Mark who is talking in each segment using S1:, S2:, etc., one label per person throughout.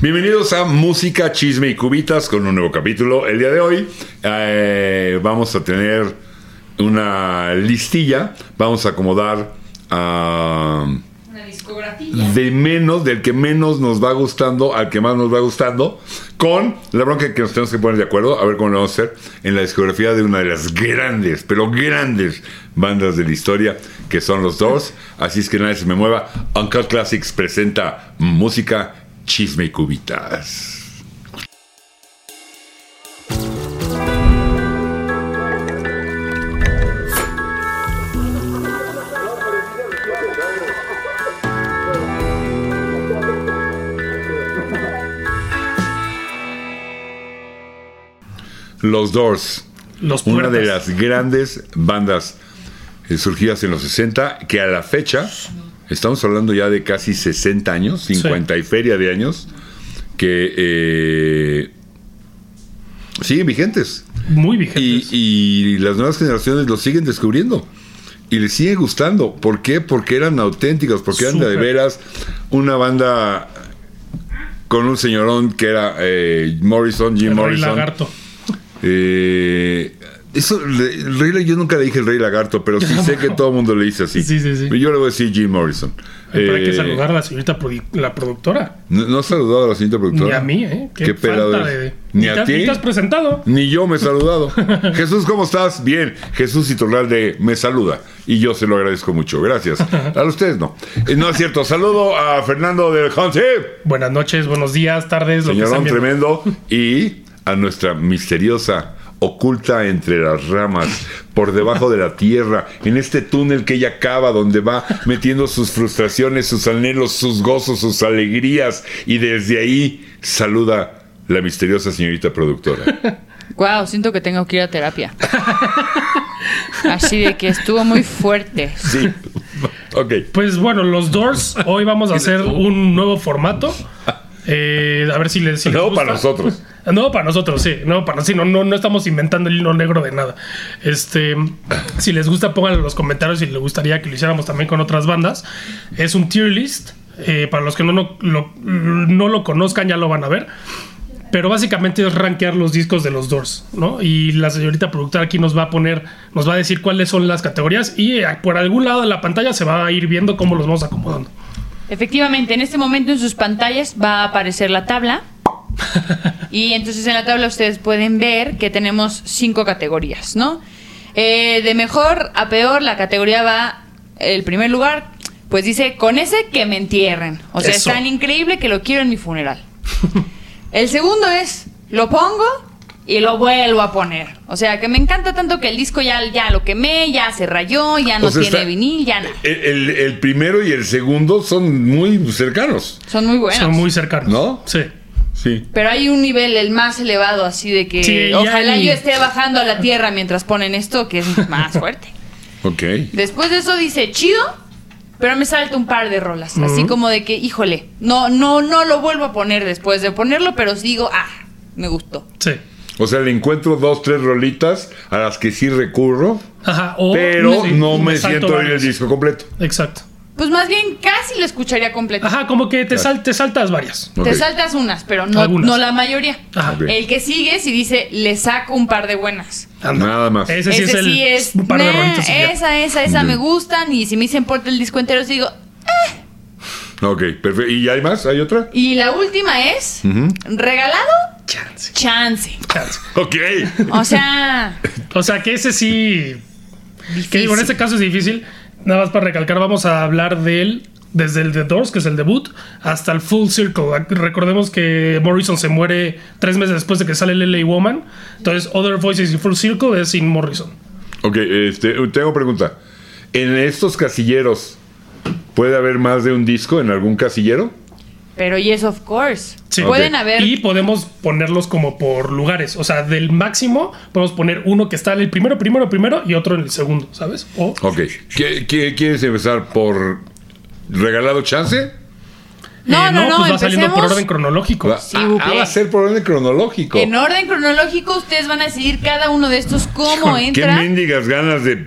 S1: Bienvenidos a Música, Chisme y Cubitas con un nuevo capítulo. El día de hoy eh, vamos a tener una listilla, vamos a acomodar a
S2: Una discografía.
S1: de menos, del que menos nos va gustando al que más nos va gustando, con la bronca que nos tenemos que poner de acuerdo, a ver cómo lo vamos a hacer, en la discografía de una de las grandes, pero grandes bandas de la historia, que son los dos. Así es que nadie se me mueva. Uncle Classics presenta música, chisme y cubitas. Los Doors.
S3: Los
S1: una
S3: Puertas.
S1: de las grandes bandas eh, surgidas en los 60, que a la fecha, estamos hablando ya de casi 60 años, 50 y feria de años, que eh, siguen vigentes.
S3: Muy vigentes.
S1: Y, y las nuevas generaciones los siguen descubriendo. Y les sigue gustando. ¿Por qué? Porque eran auténticos, porque eran de, de
S3: Súper.
S1: veras una banda con un señorón que era eh, Morrison, Jim
S3: el Rey
S1: Morrison.
S3: Lagarto.
S1: Eh, eso, le- el Rey, yo nunca le dije el Rey Lagarto, pero sí sé que todo el mundo le dice así.
S3: Sí, sí, sí.
S1: Yo le voy a decir Jim Morrison.
S3: Hay para
S1: Eh,
S3: que saludar a la señorita produ- la productora.
S1: No, no has saludado a la señorita productora.
S3: Ni a mí, ¿eh? Qué,
S1: Qué
S3: falta
S1: pelado
S3: de-
S1: eres.
S3: Ni,
S1: Ni a
S3: te-
S1: ti.
S3: te has presentado.
S1: Ni yo me he saludado. Jesús, ¿cómo estás? Bien. Jesús Iturralde me saluda. Y yo se lo agradezco mucho. Gracias. A ustedes no. Eh, No es cierto. Saludo a Fernando del Hunter,
S3: Buenas noches, buenos días, tardes, lo que
S1: señorón
S3: están viendo.
S1: tremendo. Y a nuestra misteriosa, oculta entre las ramas, por debajo de la tierra, en este túnel que ella cava, donde va metiendo sus frustraciones, sus anhelos, sus gozos, sus alegrías. Y desde ahí saluda la misteriosa señorita productora.
S2: Wow, siento que tengo que ir a terapia. Así de que estuvo muy fuerte.
S1: Sí. Ok.
S3: Pues bueno, los Doors, hoy vamos a hacer un nuevo formato. Eh, a ver si les. Si les
S1: Nuevo
S3: gusta.
S1: para nosotros.
S3: Nuevo para nosotros, sí. Nuevo para nosotros. no, no estamos inventando el hilo negro de nada. Este, si les gusta, pónganlo en los comentarios si les gustaría que lo hiciéramos también con otras bandas. Es un tier list. eh, para los que no, no, lo, no lo conozcan, ya lo van a ver. Pero básicamente es rankear los discos de los Doors, ¿no? Y la señorita productora aquí nos va a poner, nos va a decir cuáles son las categorías y eh, por algún lado de la pantalla se va a ir viendo cómo los vamos acomodando.
S2: Efectivamente, en este momento en sus pantallas va a aparecer la tabla. Y entonces en la tabla ustedes pueden ver que tenemos cinco categorías, ¿no? Eh, de mejor a peor, la categoría va, el primer lugar, pues dice, con ese que me entierren. O sea,
S3: Eso.
S2: es tan increíble que lo quiero en mi funeral. El segundo es, lo pongo y lo vuelvo a poner. O sea, que me encanta tanto que el disco ya, ya lo quemé, ya se rayó, ya no
S1: O sea,
S2: tiene
S1: Pues está-
S2: vinil, ya nada.
S1: El, el- el primero y el segundo son muy cercanos.
S2: Son muy buenos.
S3: Son muy cercanos.
S1: ¿No?
S3: Sí.
S1: Sí.
S2: Pero hay un nivel el más elevado así de que
S3: Sí, ya
S2: ojalá
S3: ni-
S2: yo esté bajando a la tierra mientras ponen esto que es más fuerte.
S1: Ok.
S2: Después de eso dice chido, pero me salta un par de rolas, así como de que híjole, no no no lo vuelvo a poner después de ponerlo, pero digo, ah, me gustó.
S3: Sí.
S1: O sea, le encuentro dos, tres rolitas a las que sí recurro,
S3: Ajá. o-
S1: pero
S3: Oh, sí,
S1: no me
S3: salto
S1: siento en el
S3: varios.
S1: disco completo.
S3: Exacto.
S2: Pues más bien casi lo escucharía completo.
S3: Ajá, como que te, sal- te saltas varias.
S1: Ok.
S2: Te saltas unas, pero no,
S3: Algunas.
S2: no la mayoría.
S3: Ajá.
S1: Ok.
S2: El que sigue si dice, le saco un par de buenas.
S3: Anda.
S1: Nada más.
S3: Ese sí es el un par de
S2: nah,
S3: rolitas y ya.
S2: esa, esa, esa me gustan. Y si me dicen porta el disco entero, sí digo.
S1: Ok, perfecto. ¿Y hay más? ¿Hay otra?
S2: Y la última es regalado
S3: Chance,
S2: chance.
S3: chance.
S1: Ok.
S2: O sea,
S3: O sea, que ese sí. Que digo, en
S2: difícil.
S3: este caso es difícil. Nada más para recalcar, vamos a hablar de él desde el The Doors, que es el debut, hasta el Full Circle. Ac- Recordemos que Morrison se muere tres meses después de que sale LA Woman. Entonces, Other Voices y Full Circle es sin Morrison.
S1: Ok, este, tengo pregunta. ¿En estos casilleros puede haber más de un disco en algún casillero?
S2: pero yes, of course.
S3: Sí.
S2: Pueden
S1: Ok.
S2: haber.
S3: Y podemos ponerlos como por lugares. O sea, del máximo podemos poner uno que está en el primero, primero, primero y otro en el segundo, ¿sabes? O
S1: Ok. ¿Qué- qué- ¿Quieres empezar por regalado chance?
S2: No,
S3: eh,
S2: no, no,
S3: pues va saliendo
S2: empecemos.
S3: por orden cronológico.
S1: Va,
S2: Sí, bucle.
S1: ah, va a ser por orden cronológico.
S2: En orden cronológico, ustedes van a decidir cada uno de estos cómo
S3: Híjole,
S1: Qué
S2: entra.
S1: mendigas ganas de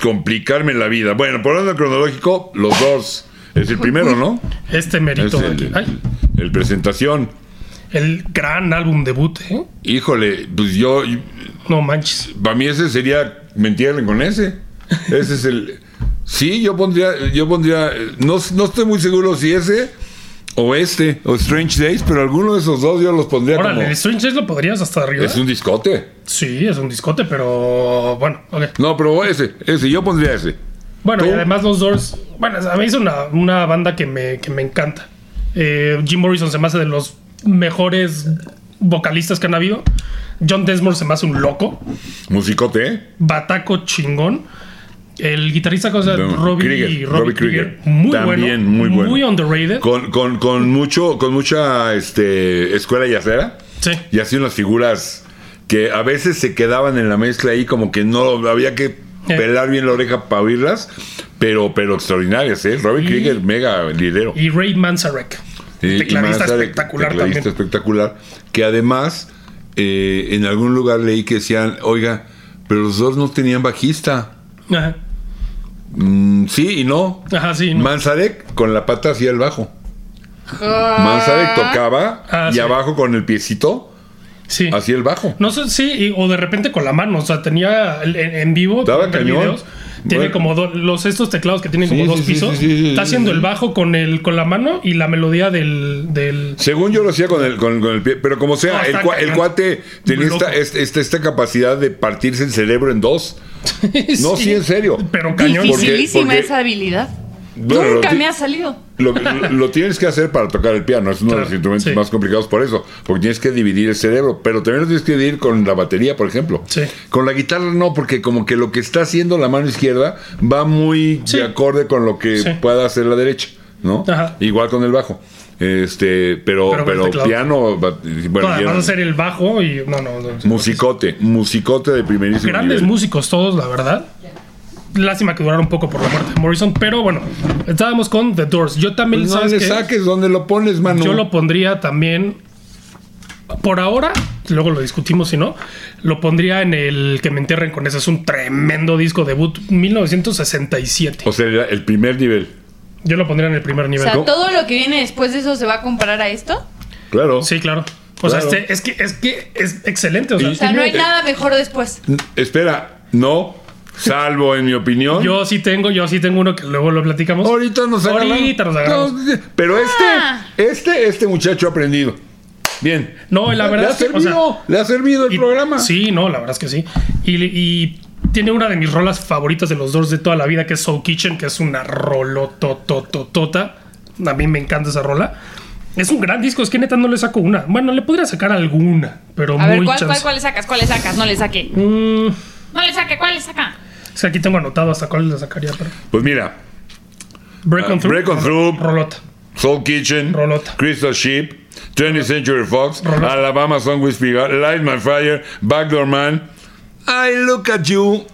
S1: complicarme la vida. Bueno, por orden cronológico, los dos. Es el primero, ¿no?
S3: Este
S1: Es
S3: mérito. de aquí.
S1: el,
S3: Ay.
S1: El presentación.
S3: El gran álbum debut, ¿eh?
S1: Híjole, pues yo.
S3: No manches.
S1: Para mí ese sería. Me entierren con ese. Ese es el. Sí, yo pondría. Yo pondría. No, no estoy muy seguro si ese. O este, o Strange Days, pero alguno de esos dos yo los pondría
S3: Órale,
S1: como...
S3: el Strange Days lo podrías hasta arriba.
S1: Es un discote.
S3: Sí, es un discote, pero bueno, ok.
S1: No, pero ese, ese, yo pondría ese.
S3: Bueno, y
S1: ¿Tú?
S3: además los Doors, bueno, a mí es una, una banda que me, que me encanta. Eh, Jim Morrison se me hace de los mejores vocalistas que han habido. John Desmore se me hace un loco.
S1: Musicote, ¿eh?
S3: Bataco chingón. El guitarrista cosa
S1: No,
S3: Robbie,
S1: Krieger,
S3: Robbie
S1: Robbie
S3: Krieger,
S1: Krieger.
S3: Muy
S1: También
S3: bueno.
S1: muy bueno.
S3: Muy underrated.
S1: Con, con, con mucho, con mucha este, escuela yacera.
S3: Sí.
S1: Y así unas figuras que a veces se quedaban en la mezcla ahí como que no había que pelar bien la oreja para oírlas, pero, pero extraordinarias, ¿eh? Robbie
S3: Y-
S1: Krieger, mega lidero.
S3: Y Ray Manzarek.
S1: Eh,
S3: Tecladista
S1: y más tarde,
S3: espectacular
S1: tecladista
S3: también.
S1: espectacular. Que además, eh, en algún lugar leí que decían, oiga, pero los dos no tenían bajista.
S3: Ajá.
S1: Mm, sí y no.
S3: Ajá, Ah, sí. no.
S1: Manzarek con la pata hacia el bajo. Manzarek tocaba
S3: Ah,
S1: y
S3: sí.
S1: abajo con el piecito
S3: Sí.
S1: hacía el bajo.
S3: No sé, sí, y- o de repente con la mano, o sea, tenía el- en, en vivo,
S1: Daba
S3: pueden ver
S1: cañón.
S3: tiene
S1: Bueno.
S3: como do- los estos teclados que tienen
S1: Sí,
S3: como
S1: sí,
S3: dos
S1: sí,
S3: pisos,
S1: sí, sí, sí,
S3: está
S1: sí,
S3: haciendo
S1: sí.
S3: el bajo con el con la mano y la melodía del, del
S1: Según yo lo hacía con el, con, con el pie, pero como sea,
S3: No,
S1: el,
S3: está
S1: cua- el
S3: cañón.
S1: cuate tenía
S3: Muy loco.
S1: esta, este- esta, esta capacidad de partirse el cerebro en dos. No, sí, en serio.
S3: pero cañón.
S2: Dificilísima
S1: Porque- porque-
S2: esa habilidad.
S1: Bueno,
S2: Nunca
S1: lo-
S2: me ha salido.
S1: Lo, lo- lo tienes que hacer para tocar el piano, es uno de los
S3: Claro,
S1: instrumentos
S3: sí.
S1: más complicados por eso, porque tienes que dividir el cerebro, pero también lo tienes que dividir con la batería, por ejemplo.
S3: Sí.
S1: Con la guitarra no, porque como que lo que está haciendo la mano izquierda va muy
S3: Sí.
S1: de acorde con lo que
S3: Sí.
S1: pueda hacer la derecha, ¿no?
S3: Ajá.
S1: Igual con el bajo. Este, pero,
S3: Pero con el
S1: pero,
S3: teclado.
S1: piano, ba- bueno,
S3: Además
S1: piano,
S3: de hacer el bajo y no, no, no.
S1: musicote, musicote de primerísimo
S3: grandes
S1: nivel.
S3: músicos todos, la verdad. Lástima que duraron poco por la muerte de Morrison, pero bueno, estábamos con The Doors. Yo también
S1: Pues No
S3: ¿sabes
S1: le
S3: qué?
S1: saques donde lo pones, mano.
S3: Yo lo pondría también. Por ahora, luego lo discutimos si no, lo pondría en el que me entierren con eso. Es un tremendo disco debut, 1967.
S1: O sea, era el primer nivel.
S3: Yo lo pondría en el primer
S2: O
S3: nivel.
S2: sea, todo lo que viene después de eso se va a comparar a esto.
S1: Claro.
S3: Sí, claro. O sea,
S1: Claro.
S3: este- es que es que es excelente. O sea,
S1: Y-
S2: O sea, no hay nada mejor después.
S1: N- Espera, no. Salvo, en mi opinión.
S3: yo sí tengo, yo sí tengo uno que luego lo platicamos.
S1: Ahorita nos agarramos.
S3: Ahorita nos agarramos.
S1: No, pero este,
S2: Ah.
S1: este, este muchacho ha aprendido. Bien.
S3: No, la verdad
S1: Le ha
S3: es que, o
S1: servido, le ha servido el
S3: Y-
S1: programa.
S3: Sí, no, la verdad es que sí. Y, y tiene una de mis rolas favoritas de los dos de toda la vida, que es Soul Kitchen, que es una rolotototota. A mí me encanta esa rola. Es un gran disco, es que neta no le saco una. Bueno, le podría sacar alguna, pero
S2: A
S3: muy
S2: ver, ¿cuál, cuál,
S3: chance.
S2: cuál le sacas? ¿Cuál le sacas? No le saqué.
S3: Mm,
S2: No le saqué, ¿cuál le saca?
S3: es que aquí tengo anotado hasta cuál le sacaría, pero.
S2: Ah,
S1: Pues mira,
S3: Break
S1: Ah,
S3: on Through.
S1: Break On Through.
S3: Rolota.
S1: Soul Kitchen,
S3: Rolota.
S1: Crystal Ship, 20th Century Fox,
S3: Rolota.
S1: Alabama Song with Figa, Light My Fire, Backdoor Man. I look at you.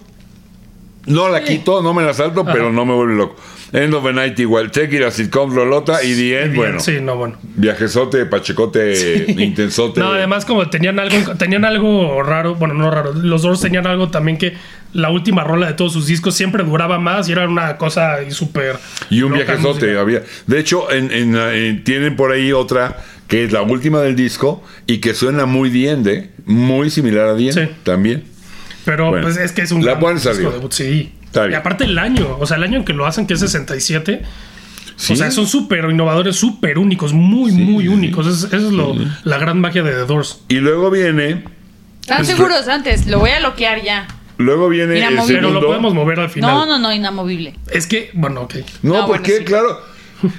S1: No la quito, no me la salto, pero no me vuelve loco. End of the Night igual, Take It As It Comes, Rolota y The End, bueno.
S3: Sí, no, bueno.
S1: Viajezote, pachecote, intensote.
S3: No, además como tenían algo, tenían algo raro, bueno, no raro, los Doors tenían algo también que la última rola de todos sus discos siempre duraba más y era una cosa ahí súper...
S1: Y un
S3: loca
S1: viajezote
S3: música.
S1: había. De hecho, en, en- en- tienen por ahí otra que es la última del disco y que suena muy bien, ¿eh? Muy similar a Dien
S3: Sí.
S1: también.
S3: Pero
S1: Bueno,
S3: pues es que es un...
S1: la
S3: gran
S1: pueden
S3: disco
S1: salir.
S3: debut, sí.
S1: Está bien.
S3: Y aparte el año, o sea, el año en que lo hacen, que es 67.
S1: Sí.
S3: O sea, son súper innovadores, súper únicos, muy, muy únicos. Es- Esa es lo, la gran magia de The Doors.
S1: Y luego viene,
S2: ¿Están seguros antes? Lo voy a bloquear ya.
S1: luego viene
S2: Mira,
S1: el
S2: móvil.
S3: Pero
S1: segundo.
S3: lo podemos mover al final.
S2: No, no, no, inamovible.
S3: Es que, bueno, ok.
S1: No,
S2: Ah,
S1: porque
S2: bueno, sí.
S1: claro,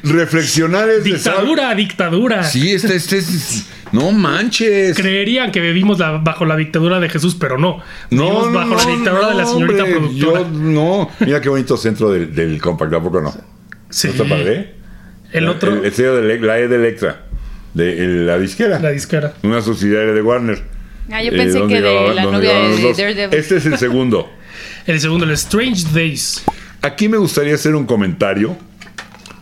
S1: reflexionar es de sab-
S3: Dictadura, dictadura.
S1: Sí, este, este, es- no manches.
S3: creerían que vivimos la- bajo la dictadura de Jesús, pero no.
S1: no,
S3: Vivimos
S1: no,
S3: bajo la
S1: no,
S3: dictadura de la señorita
S1: hombre,
S3: productora.
S1: Yo no. Mira qué bonito centro del, del compact, ¿a poco no?
S3: Sí.
S1: ¿No está padre?
S3: El
S1: La-
S3: otro,
S1: El, el sello de Le- la E de Electra, de el- la disquera.
S3: la disquera.
S1: una subsidiaria de Warner. Eh,
S2: Ah, yo pensé
S1: donde
S2: que de
S1: grababan-
S2: la
S1: donde
S2: novia
S1: grababan los
S2: de
S1: dos.
S2: Daredevil.
S1: Este es el segundo.
S3: El segundo, el Strange Days.
S1: Aquí me gustaría hacer un comentario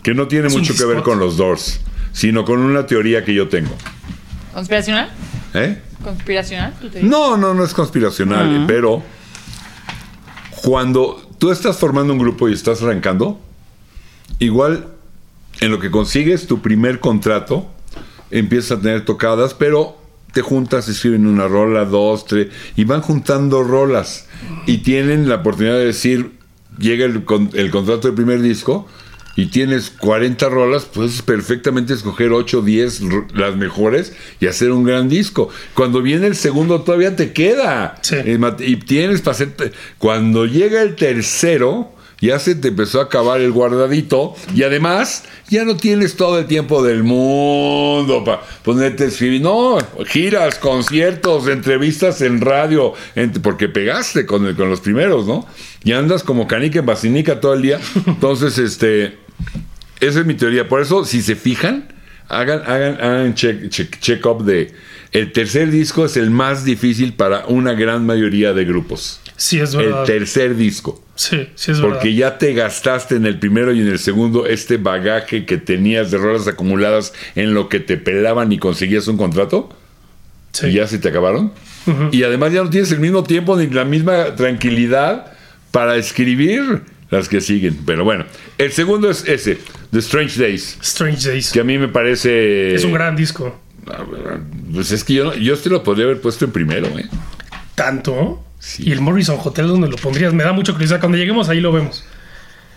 S1: que no tiene
S3: Es un
S1: mucho que ver
S3: discote.
S1: con los Doors, sino con una teoría que yo tengo.
S2: ¿Conspiracional?
S1: ¿Eh?
S2: ¿Conspiracional? ¿Tú te dices?
S1: No, no, no es conspiracional, pero cuando tú estás formando un grupo y estás arrancando, igual en lo que consigues tu primer contrato, empiezas a tener tocadas, pero te juntas, escriben una rola, dos, tres, y van juntando rolas. Y tienen la oportunidad de decir, llega el, con- el contrato del primer disco y tienes 40 rolas, puedes perfectamente escoger 8 10 r- las mejores y hacer un gran disco. Cuando viene el segundo todavía te queda.
S3: Sí.
S1: Eh, mat- Y tienes para hacer... te- Cuando llega el tercero... Ya se te empezó a acabar el guardadito y además ya no tienes todo el tiempo del mundo para ponerte a escribir. No, giras, conciertos, entrevistas en radio, ent- porque pegaste con, el- con los primeros, ¿no? Y andas como canica en basinica todo el día. Entonces, este, esa es mi teoría. Por eso, si se fijan, hagan, hagan, hagan check, check, check up de... El tercer disco es el más difícil para una gran mayoría de grupos.
S3: Sí, es
S1: El
S3: verdad.
S1: tercer disco.
S3: Sí, sí, es
S1: Porque
S3: verdad.
S1: ya te gastaste en el primero y en el segundo este bagaje que tenías de rolas acumuladas en lo que te pelaban y conseguías un contrato
S3: Sí.
S1: y ya se te acabaron.
S3: Ujú.
S1: Y además ya no tienes el mismo tiempo ni la misma tranquilidad para escribir las que siguen. Pero bueno, el segundo es ese, The Strange Days,
S3: Strange Days.
S1: que a mí me parece...
S3: Es un gran disco.
S1: Pues es que yo, no- yo te lo podría haber puesto en primero, ¿eh?
S3: Tanto.
S1: Sí.
S3: Y el Morrison Hotel, ¿dónde lo pondrías? Me da mucho curiosidad. Cuando lleguemos ahí lo vemos.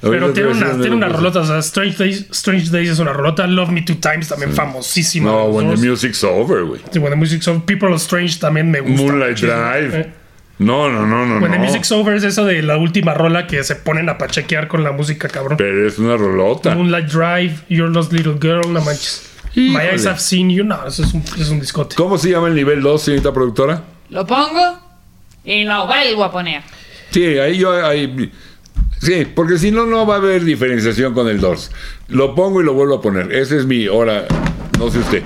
S1: Ahorita
S3: Pero
S1: te voy a
S3: tiene
S1: decir
S3: una,
S1: dónde
S3: tiene
S1: lo
S3: una
S1: puse.
S3: rolota. O sea, Strange Days, Strange Days es una rolota. Love Me Two Times también famosísima.
S1: No,
S3: Los
S1: When
S3: dos.
S1: the Music's Over, güey.
S3: Sí, When the Music's Over. People of Strange también me gusta.
S1: Moonlight
S3: muchísimo.
S1: Drive.
S3: Eh,
S1: No, no, no, no.
S3: When the
S1: no.
S3: Music's Over es eso de la última rola que se ponen a pachequear con la música, cabrón.
S1: Pero es una rolota.
S3: Moonlight Drive, You're Lost Little Girl, no manches. My
S1: Híjole.
S3: Eyes Have Seen You, no, eso es un, es un discote.
S1: ¿Cómo se llama el nivel 2, señorita productora?
S2: Lo pongo y lo vuelvo a poner.
S1: Sí, ahí yo. ahí- sí, porque si no, no va a haber diferenciación con el 2. Lo pongo y lo vuelvo a poner. Ese es mi hora. No sé usted.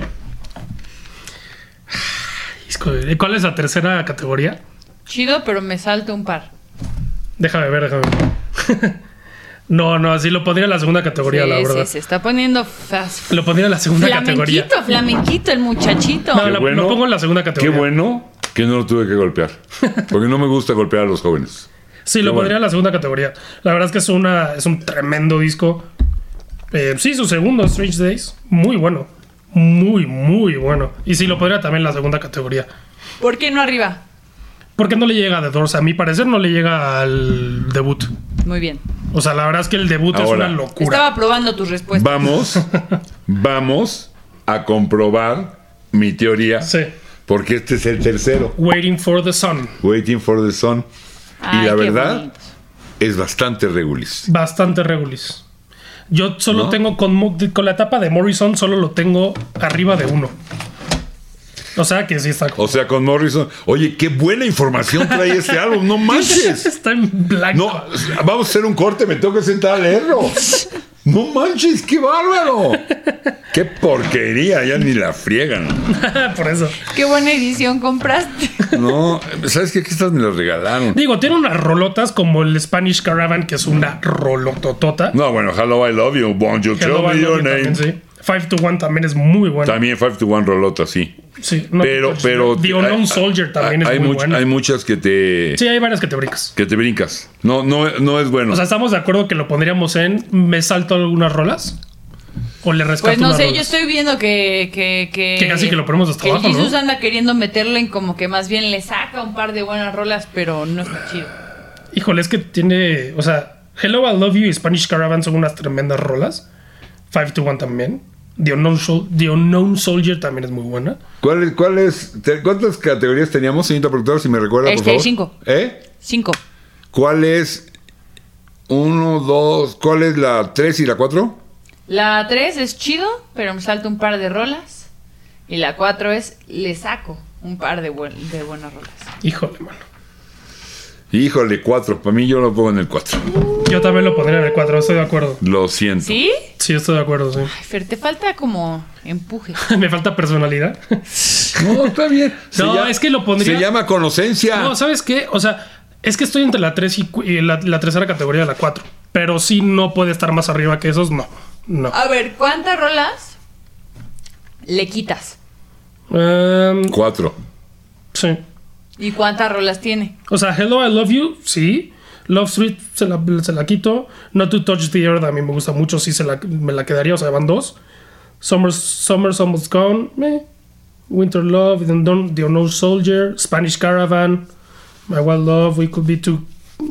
S3: Disco de- ¿Cuál es la tercera categoría?
S2: Chido, pero me salto un par.
S3: Déjame ver, déjame ver. no, no, así lo pondría en la segunda categoría, la
S2: Sí, sí,
S3: verdad.
S2: se está poniendo fas-
S3: Lo pondría en la segunda categoría.
S2: flamenquito, flamenquito el muchachito.
S3: No,
S1: Qué
S3: lo- lo pongo en la segunda categoría.
S1: Qué bueno que no lo tuve que golpear. Porque no me gusta golpear a los jóvenes.
S3: Sí, lo
S1: Qué bueno.
S3: pondría en la segunda categoría. La verdad es que es, una, es un tremendo disco. Eh, sí, su segundo, Strange Days, muy bueno. Muy, muy bueno. Y sí, lo pondría también en la segunda categoría.
S2: ¿Por qué no arriba?
S3: Porque no le llega a The Doors. A mi parecer no le llega al debut.
S2: Muy bien.
S3: O sea, la verdad es que el debut es
S1: Ahora.
S3: una locura.
S2: Estaba probando tus respuestas.
S1: Vamos, vamos a comprobar mi teoría.
S3: Sí.
S1: Porque este es el tercero.
S3: Waiting for the Sun.
S1: Waiting for the Sun.
S2: Ay,
S1: y la
S2: qué
S1: verdad,
S2: bonito.
S1: es bastante regulis.
S3: Bastante regulis. Yo solo
S1: ¿No?
S3: tengo con, Mo- con la etapa de Morrison, solo lo tengo arriba de uno. O sea que sí está.
S1: O sea, con Morrison. Oye, qué buena información trae este álbum, no manches.
S3: Está en blanco.
S1: No, vamos a hacer un corte, me tengo que sentar a leerlo. No manches, qué bárbaro. Qué porquería, ya ni la friegan.
S3: Ah, por eso.
S2: Qué buena edición compraste.
S1: No, ¿sabes qué? Aquí estas me las regalaron.
S3: Digo, tiene unas rolotas como el Spanish Caravan, que es una rolototota.
S1: No, bueno, Hello, I Love You, Won't You
S3: Que
S1: Tell
S3: lo
S1: Me
S3: van
S1: Your
S3: a ver
S1: Name.
S3: también, sí. Five to One también es muy bueno.
S1: También 5 to 1 Rolota, sí.
S3: Sí, no, pues,
S1: Pero, pero.
S3: The
S1: hay-
S3: Unknown Soldier también
S1: hay
S3: es muy
S1: much-
S3: bueno.
S1: Hay muchas que te,
S3: Sí, hay varias que te brincas.
S1: que te brincas. No, no, no es bueno.
S3: O sea, estamos de acuerdo que lo pondríamos en me salto algunas rolas o le rescato
S2: Pues no
S3: unas
S2: sé,
S3: rolas?
S2: yo estoy viendo que. Que, que,
S3: Que casi que lo ponemos hasta
S2: que
S3: abajo,
S2: Jesus
S3: ¿no?
S2: anda queriendo meterle en como que más bien le saca un par de buenas rolas, pero no está chido.
S3: Híjole, es que tiene, o sea, Hello I Love You y Spanish Caravan son unas tremendas rolas. Five to One también. The Unknown, Sol- The Unknown Soldier también es muy buena.
S1: ¿Cuál es- cuál es- te- ¿Cuántas categorías teníamos, señorita productora, si me recuerda, por
S2: Este,
S1: favor?
S2: cinco.
S1: ¿Eh?
S2: Cinco.
S1: ¿Cuál es? Uno, dos... ¿Cuál es la tres y la cuatro?
S2: La tres es chido, pero me salto un par de rolas. Y la cuatro es le saco un par de, buen- de buenas rolas.
S3: Híjole, mano.
S1: Híjole, cuatro. Para mí yo lo pongo en el cuatro.
S3: Yo también lo pondría en el 4, estoy de acuerdo.
S1: Lo siento.
S2: ¿Sí?
S3: Sí, estoy de acuerdo, sí.
S2: Ay, Fer, te falta como empuje.
S3: Me falta personalidad.
S1: No, está bien. Se
S3: No, es que lo pondría-
S1: Se llama conocencia.
S3: No, ¿sabes qué? O sea, es que estoy entre la 3 y, cu- y la, la tercera categoría de la 4. Pero sí no puede estar más arriba que esos, no. No.
S2: A ver, ¿cuántas rolas le quitas?
S3: Em,
S1: Cuatro.
S3: sí.
S2: ¿Y cuántas rolas tiene?
S3: O sea, Hello, I Love You, sí. Love Street se la, se la quito. No to Touch the Earth a mí me gusta mucho, sí se la, me la quedaría. O sea, van dos. Summer's, Summer's Almost Gone, meh. Winter Love, Then Don't, The No Soldier, Spanish Caravan, My Wild Love, We Could Be Too,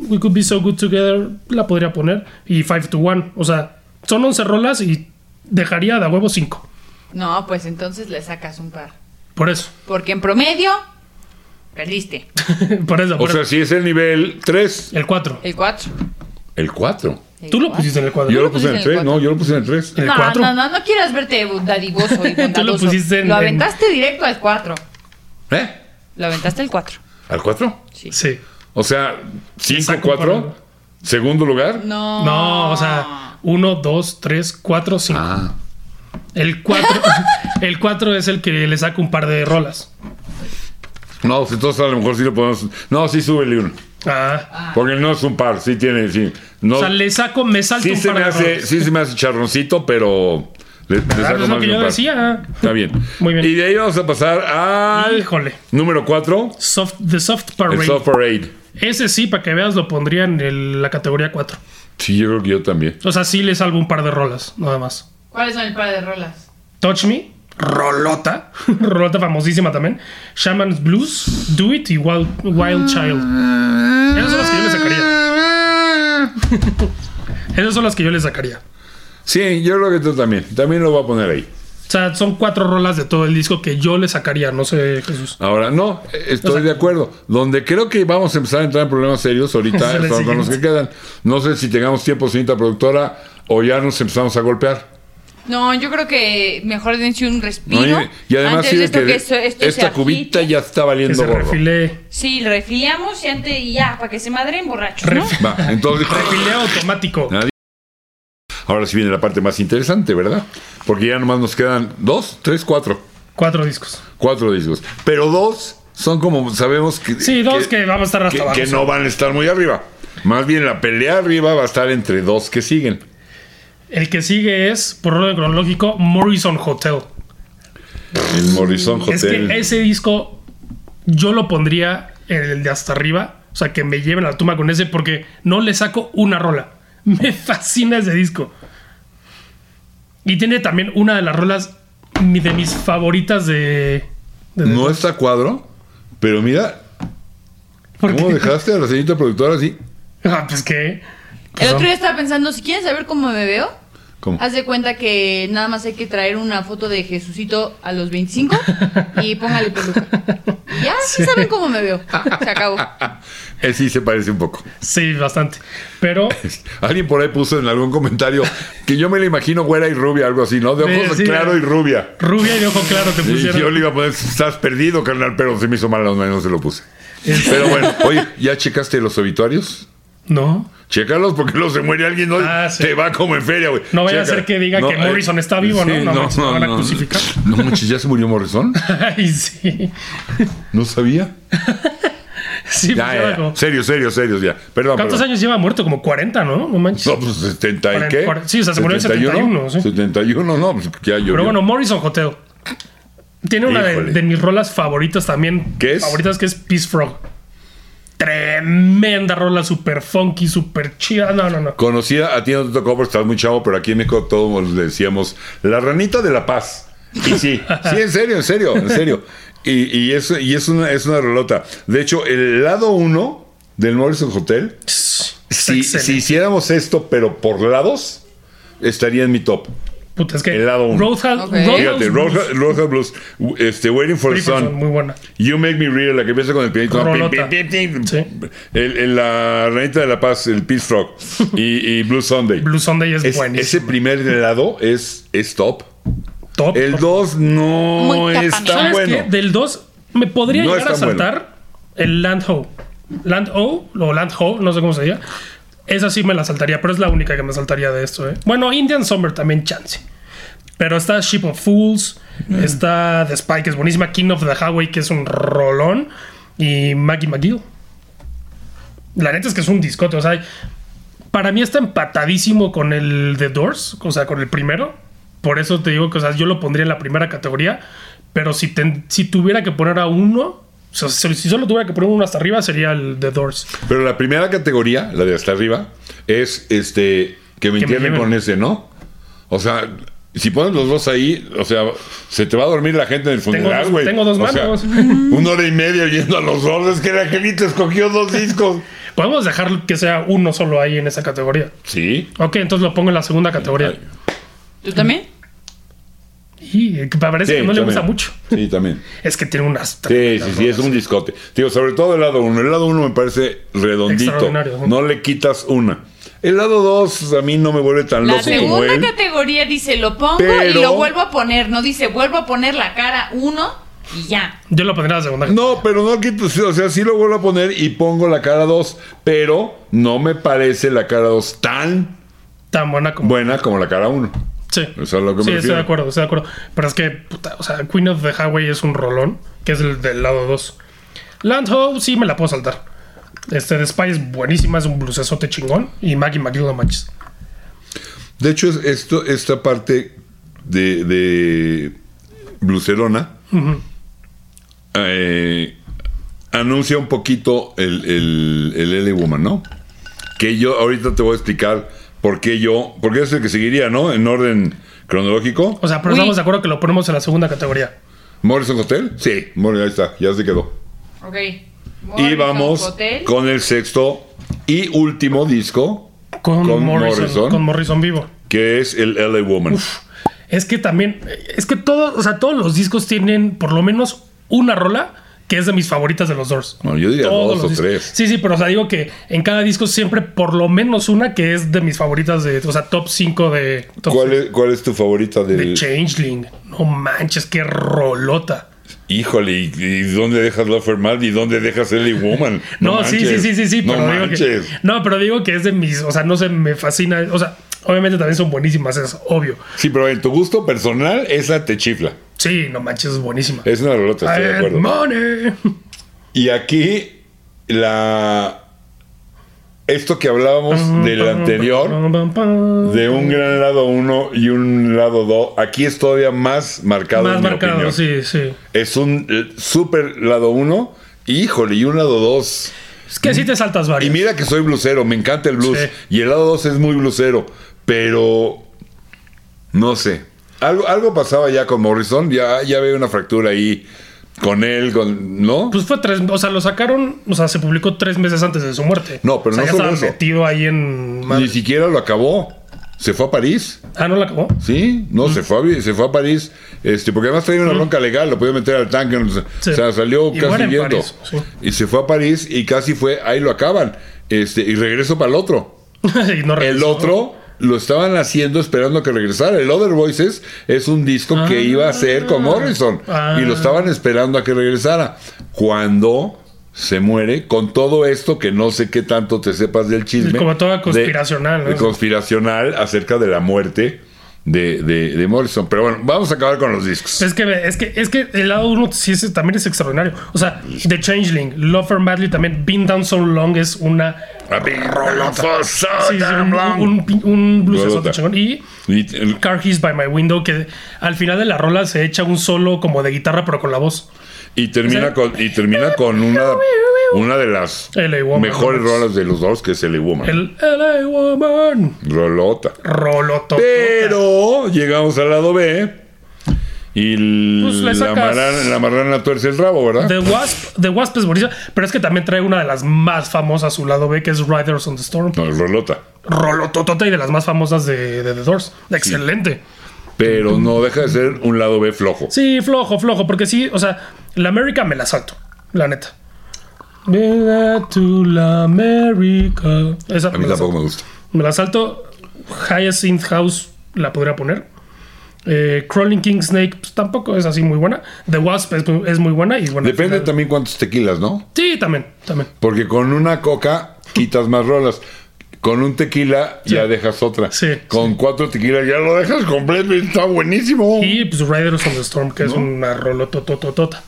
S3: We Could Be So Good Together, la podría poner, y 5 to 1. O sea, son 11 rolas y dejaría de a huevo 5.
S2: No, pues entonces le sacas un par.
S3: Por eso,
S2: Porque en promedio, perdiste
S3: por eso,
S1: O
S3: por
S1: sea,
S3: eso.
S1: si es el nivel 3,
S3: El 4.
S2: el 4.
S1: el 4.
S3: Tú lo pusiste en el cuadro.
S1: Yo lo
S2: lo
S1: puse en el
S2: pusiste en
S1: 3,
S2: el
S1: no, yo lo puse en el 3.
S3: en el
S2: no,
S3: cuatro.
S2: no, no, no quieras verte dadivoso y bondadoso.
S3: Tú lo pusiste en-
S2: Lo aventaste directo al 4.
S1: ¿Eh?
S2: Lo aventaste al 4.
S1: ¿Al 4?
S3: Sí.
S1: O sea, 5,
S3: Está
S1: 4,
S3: comparando.
S1: segundo lugar.
S2: No.
S3: No, o sea, 1, 2, 3, 4, 5.
S1: Ah,
S3: El 4 el cuatro es el que le saca un par de rolas.
S1: no, pues entonces a lo mejor sí lo podemos. No, sí sube el uno.
S3: Ah.
S1: Porque no es un par, sí tiene, sí. No,
S3: O sea, le saco, me salto
S1: sí,
S3: un
S1: se
S3: par
S1: me
S3: de
S1: hace,
S3: rolas.
S1: sí se me hace charroncito, pero le, le
S3: Ah,
S1: saco
S3: es
S1: más
S3: lo
S1: de
S3: que
S1: un
S3: yo
S1: par.
S3: decía.
S1: Está bien.
S3: Muy bien.
S1: Y de ahí vamos a pasar al
S3: Híjole.
S1: número 4,
S3: Soft, the Soft Parade.
S1: el Soft Parade.
S3: Ese sí, para que veas, lo pondría en el- la categoría 4.
S1: Sí, yo creo que yo también.
S3: O sea, sí le salvo un par de rolas, nada más.
S2: ¿Cuáles son el par de rolas?
S3: Touch Me, Rolota, Rolota famosísima también. Shaman's Blues, Do It y Wild, Wild Child. Esas son las que yo le sacaría. Esas son las que yo le sacaría.
S1: Sí, yo creo que tú también. También lo voy a poner ahí.
S3: O sea, son cuatro rolas de todo el disco que yo le sacaría, no sé, Jesús.
S1: Ahora, no, eh, estoy de acuerdo. Donde creo que vamos a empezar a entrar en problemas serios
S3: Es
S1: ahorita
S3: el
S1: son con los que
S3: siguiente.
S1: quedan. No sé si tengamos tiempo, señorita productora, o ya nos empezamos a golpear.
S2: No, yo creo que mejor dense un respiro.
S1: ¿no? Y, y además,
S2: antes
S1: sí,
S2: de
S1: de
S2: esto,
S1: que
S2: que esto, esto se
S1: esta
S2: agite.
S1: cubita ya está
S3: Que
S1: valiendo
S3: se
S1: gorro.
S3: refile,
S2: Sí, refiliamos y antes y ya, para que se madren borrachos, ¿no?
S3: Ref-
S1: Va, entonces.
S3: refileo automático.
S1: Nadie. Ahora sí viene la parte más interesante, ¿verdad? Porque ya nomás nos quedan dos, tres, cuatro.
S3: Cuatro discos.
S1: Cuatro discos. Pero dos son como sabemos que.
S3: Sí, dos que, vamos a estar hasta
S1: que-
S3: abajo.
S1: que no van a estar muy arriba. Más bien la pelea arriba va a estar entre dos que siguen.
S3: El que sigue es, por orden cronológico, Morrison Hotel.
S1: El Morrison Hotel.
S3: Es que ese disco yo lo pondría en el de hasta arriba. O sea, que me lleven a la tumba con ese porque no le saco una rola. Me fascina ese disco. Y tiene también una de las rolas mi- de mis favoritas de... de- de-
S1: No está a cuadro, pero mira,
S3: ¿Por
S1: ¿cómo
S3: qué?
S1: dejaste a la señorita productora así?
S3: Ah, pues que...
S2: El otro día estaba pensando, si quieren saber cómo me veo,
S1: ¿Cómo?
S2: haz de cuenta que nada más hay que traer una foto de Jesucito a los 25 y póngale peluca. Ya, sí saben cómo me veo. Se acabó.
S1: Eh, sí, se parece un poco.
S3: Sí, bastante. Pero...
S1: Alguien por ahí puso en algún comentario que yo me la imagino güera y rubia, algo así, ¿no? De ojos
S3: Sí, sí.
S1: claro y rubia.
S3: Rubia y de ojo claro te
S1: Y yo
S3: pusieron.
S1: le iba a poner, estás perdido, carnal, pero se me hizo mal la onda y no se lo puse.
S3: Este-
S1: Pero bueno, oye, ¿ya checaste los obituarios?
S3: No.
S1: Chécalos porque luego se muere alguien, ¿no?
S3: Ah, sí.
S1: Te va como en feria, güey. eh,
S3: No vaya a
S1: Checa.
S3: ser que diga que Morrison está vivo, ¿no? No manches, lo van a crucificar.
S1: No manches, ¿ya se murió Morrison?
S3: Ay, sí.
S1: No sabía.
S3: Sí,
S1: Ya,
S3: pues,
S1: ya,
S3: era
S1: ya.
S3: como-
S1: Serios, serios, serios, ya. Perdón,
S3: ¿Cuántos
S1: perdón.
S3: años lleva muerto? Como 40, ¿no? No manches.
S1: No, pues 70 y
S3: Cuaren-
S1: qué.
S3: cuaren- sí, o sea, se murió en 71, sí.
S1: 71, no, pues ya yo.
S3: Pero bueno, Morrison Hotel. Tiene una de,
S1: Híjole.
S3: de mis rolas favoritas también.
S1: ¿Qué es?
S3: Favoritas que es Peace Frog. Tremenda rola, super funky, super chida. No, no, no.
S1: Conocida, a ti no te tocó porque estás muy chavo, pero aquí en México todos le decíamos la ranita de la paz. Y sí, sí, en serio, en serio, en serio. Y, y es, y es una, es una rolota. De hecho, el lado 1 del Morrison Hotel,
S3: Está
S1: si,
S3: excelente.
S1: si hiciéramos esto, pero por lados, estaría en mi top.
S3: Puta, es que.
S1: El lado uno.
S3: Roadhouse.
S2: Ok.
S3: Roadhouse
S1: Fíjate,
S3: Blues.
S1: Roja, Roja Blues, este, Waiting for the
S3: Creepers son
S1: Sun,
S3: Muy buena.
S1: You Make Me Real, la que empieza con el pianito.
S3: Rolota.
S1: pim, pim, pim, pim.
S3: Sí.
S1: El- el- la ranita de la paz, el Peace Frog y, y Blue Sunday.
S3: Blue Sunday es,
S1: Es- ese
S3: buenísimo.
S1: primer helado es, es top.
S3: Top.
S1: El
S3: top.
S1: 2 no
S2: Muy
S1: es
S2: tapameo.
S1: tan
S3: ¿Sabes
S1: bueno.
S3: qué? Del 2 me podría
S1: No
S3: llegar a
S1: es tan bueno.
S3: saltar el Land Ho. Land O o Land Ho, no sé cómo se diga. Esa sí me la saltaría, pero es la única que me saltaría de esto. ¿eh? Bueno, Indian Summer también chance. Pero está Ship of Fools, está The Spy, que es buenísima, King of the Highway, que es un rolón, y Maggie McGill. La neta es que es un discote, o sea, para mí está empatadísimo con el The Doors, o sea, con el primero. Por eso te digo que o sea, yo lo pondría en la primera categoría. Pero si, ten- si tuviera que poner a uno, o sea, si si solo tuviera que poner uno hasta arriba, sería el The Doors.
S1: Pero la primera categoría, la de hasta arriba, es este que me
S3: Que me
S1: entienden
S3: lleven.
S1: con ese, ¿no? O sea, Si pones los dos ahí, o sea, se te va a dormir la gente en el funeral,
S3: dos-
S1: güey.
S3: tengo dos
S1: O sea,
S3: manos.
S1: una hora y media oyendo a los dos. Es que la gente escogió dos discos.
S3: Podemos dejar que sea uno solo ahí en esa categoría.
S1: Sí.
S3: Ok, entonces lo pongo en la segunda categoría.
S1: Ay,
S2: ¿Tú también?
S3: Y eh, que parece
S1: sí,
S3: que no le
S1: también.
S3: gusta mucho.
S1: Sí, también.
S3: Es que tiene unas.
S1: Sí,
S3: tremendas
S1: sí, sí, es
S3: rolas.
S1: un discote. Digo, sobre todo el lado 1. El lado 1 me parece redondito.
S3: Extraordinario, ¿no?
S1: No le quitas una. El lado 2 a mí no me vuelve tan
S2: La
S1: loco como
S2: segunda
S1: él.
S2: categoría dice lo pongo y
S1: Pero-
S2: lo vuelvo a poner. No dice vuelvo a poner la cara uno y ya.
S3: Yo lo pondría en la segunda.
S1: No, pero no quito, sí, o sea, sí lo vuelvo a poner y pongo la cara 2, pero no me parece la cara 2 tan
S3: Tan buena como.
S1: buena como la cara 1.
S3: sí.
S1: Eso es a lo que me
S3: sí, estoy
S1: refiero.
S3: de acuerdo, estoy de acuerdo. Pero es que, puta, o sea, Queen of the Highway es un rolón, que es el del lado 2. Landhoe, sí me la puedo saltar. Este, The Spy es buenísima, es un blusesote chingón. Y Maggie McGill, no manches.
S1: De hecho, es esto, esta parte de, de Blucerona eh, anuncia un poquito el, el, el L Woman, ¿no? Que yo ahorita te voy a explicar por qué yo, porque es el que seguiría, ¿no? En orden cronológico.
S3: O sea, pero
S2: Uy.
S3: estamos de acuerdo que lo ponemos en la segunda categoría.
S1: Morrison Hotel. Sí, Morrison, ahí está, ya se quedó.
S2: Ok.
S1: Y
S2: Morrison
S1: vamos
S2: Hotel.
S1: con el sexto y último disco,
S3: Con,
S1: Con
S3: Morrison,
S1: Morrison.
S3: Con Morrison vivo.
S1: que es el LA Woman.
S3: Es que también, es que todos, o sea, todos los discos tienen por lo menos una rola que es de mis favoritas de los Doors.
S1: No, yo diría
S3: Todos
S1: dos
S3: los
S1: o
S3: discos.
S1: tres.
S3: Sí, sí, pero o sea, digo que en cada disco siempre por lo menos una que es de mis favoritas de, o sea, top 5 de top
S1: ¿Cuál
S3: seis.
S1: es, ¿Cuál es tu favorita
S3: de
S1: del...?
S3: Changeling. No manches, qué rolota.
S1: Híjole, ¿y, y dónde dejas Love Fermat y dónde dejas LA Woman?
S3: No, sí, sí,
S1: manches,
S3: sí, sí, sí,
S1: No
S3: pero digo que,
S1: manches.
S3: No, pero digo que es de mis, o sea, no sé, me fascina, o sea, obviamente también son buenísimas, es obvio.
S1: Sí, pero en tu gusto personal, esa te chifla.
S3: Sí, no manches, es buenísima.
S1: Es una rolota, estoy de
S3: And
S1: acuerdo.
S3: money.
S1: Y aquí, la... Esto que hablábamos Pues, del anterior, de un gran lado uno y un lado dos, aquí es todavía más marcado
S3: Más
S1: en mi
S3: marcado,
S1: opinión.
S3: sí, sí.
S1: Es un eh, super lado 1. Híjole, y un lado 2.
S3: Es que sí te saltas
S1: Mm. Y
S3: varios.
S1: mira que soy blusero, me encanta el blues.
S3: Sí.
S1: Y el lado 2 es muy blusero. Pero. No sé. Algo, algo pasaba ya con Morrison. Ya, ya veo una fractura ahí con él, con. ¿No?
S3: Pues fue tres, o sea, lo sacaron, o sea, se publicó tres meses antes de su muerte.
S1: No, pero
S3: O sea,
S1: no
S3: ya
S1: solo
S3: estaba
S1: eso.
S3: metido ahí en. madre.
S1: Ni siquiera lo acabó. Se fue a París.
S3: Ah, no la acabó.
S1: Sí, no, se, fue a, Vi- se fue a París, este, porque además traía una bronca legal, lo podía meter al tanque, o sea,
S3: Sí.
S1: o sea, salió
S3: Y muere
S1: casi
S3: en
S1: viendo.
S3: París, sí.
S1: Y se fue a París y casi fue, ahí lo acaban, este, y regreso para el otro.
S3: Y no
S1: El
S3: regresó.
S1: otro lo estaban haciendo esperando que regresara. El Other Voices es un disco que iba a ser con Morrison
S3: Ah.
S1: y lo estaban esperando a que regresara. Cuando se muere, con todo esto que no sé qué tanto te sepas del chisme.
S3: Como toda
S1: de-
S3: conspiracional, ¿no?
S1: de conspiracional acerca de la muerte de, de- de Morrison. Pero bueno, vamos a acabar con los discos.
S3: Es que, es que, es que el lado uno sí es- también es extraordinario. O sea, The Changeling, Love for Madly también, Been Down So Long es una.
S1: A big roll for so
S3: sí, sí,
S1: damn
S3: un,
S1: Oh, long.
S3: un, un, un bluesesote
S1: Rolota.
S3: chingón. Y
S1: Y- el-
S3: Car Keys by My Window, que al final de la rola se echa un solo como de guitarra, pero con la voz.
S1: Y termina
S3: O sea,
S1: con, y termina con una, una de las
S3: LA Woman,
S1: mejores
S3: ¿no?
S1: rolas de los dos, que es el Woman.
S3: El LA Woman.
S1: Rolota.
S3: Roloto.
S1: Pero llegamos al lado B y l-
S3: Pues le
S1: la,
S3: sacas-
S1: marrana, la marrana tuerce el rabo, ¿verdad?
S3: The Wasp, The Wasp es buenísima, pero es que también trae una de las más famosas a su lado B, que es Riders on the Storm.
S1: No, es Rolota.
S3: Rolototota y de las más famosas de, de The Doors. Excelente.
S1: Pero no deja de ser un lado B flojo.
S3: Sí, flojo, flojo, porque sí, o sea, la América me la salto, la neta. Bring that to la América. Esa
S1: A mí
S3: me la
S1: tampoco
S3: salto.
S1: me gusta.
S3: Me la salto. Hyacinth House la podría poner. Eh, Crawling King Snake pues, tampoco es así muy buena. The Wasp es, muy- es muy buena y bueno. al
S1: Depende
S3: final-
S1: también cuántos tequilas, ¿no?
S3: Sí, también, también.
S1: Porque con una coca quitas más rolas. Con un tequila ya dejas otra.
S3: Sí,
S1: con cuatro tequilas ya lo dejas completo y está buenísimo.
S3: Y pues Riders on the Storm, que es una rolotototota.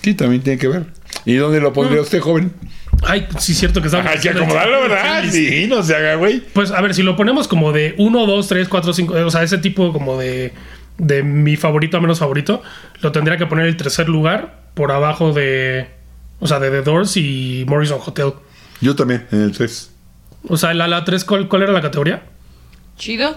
S1: Sí, también tiene que ver. ¿Y dónde lo pondría usted, joven?
S3: Ay, sí, es cierto que está.
S1: Ah. Hay que acomodarlo, ¿verdad? Sí, no se haga, güey.
S3: Pues a ver, si lo ponemos como de 1, 2, 3, 4, 5, eh, o sea, ese tipo como de, de mi favorito a menos favorito, lo tendría que poner en el tercer lugar por abajo de, o sea, de The Doors y Morrison Hotel.
S1: Yo también, en el 3.
S3: O sea, la, la 3, ¿cuál, cuál era la categoría?
S2: Chido.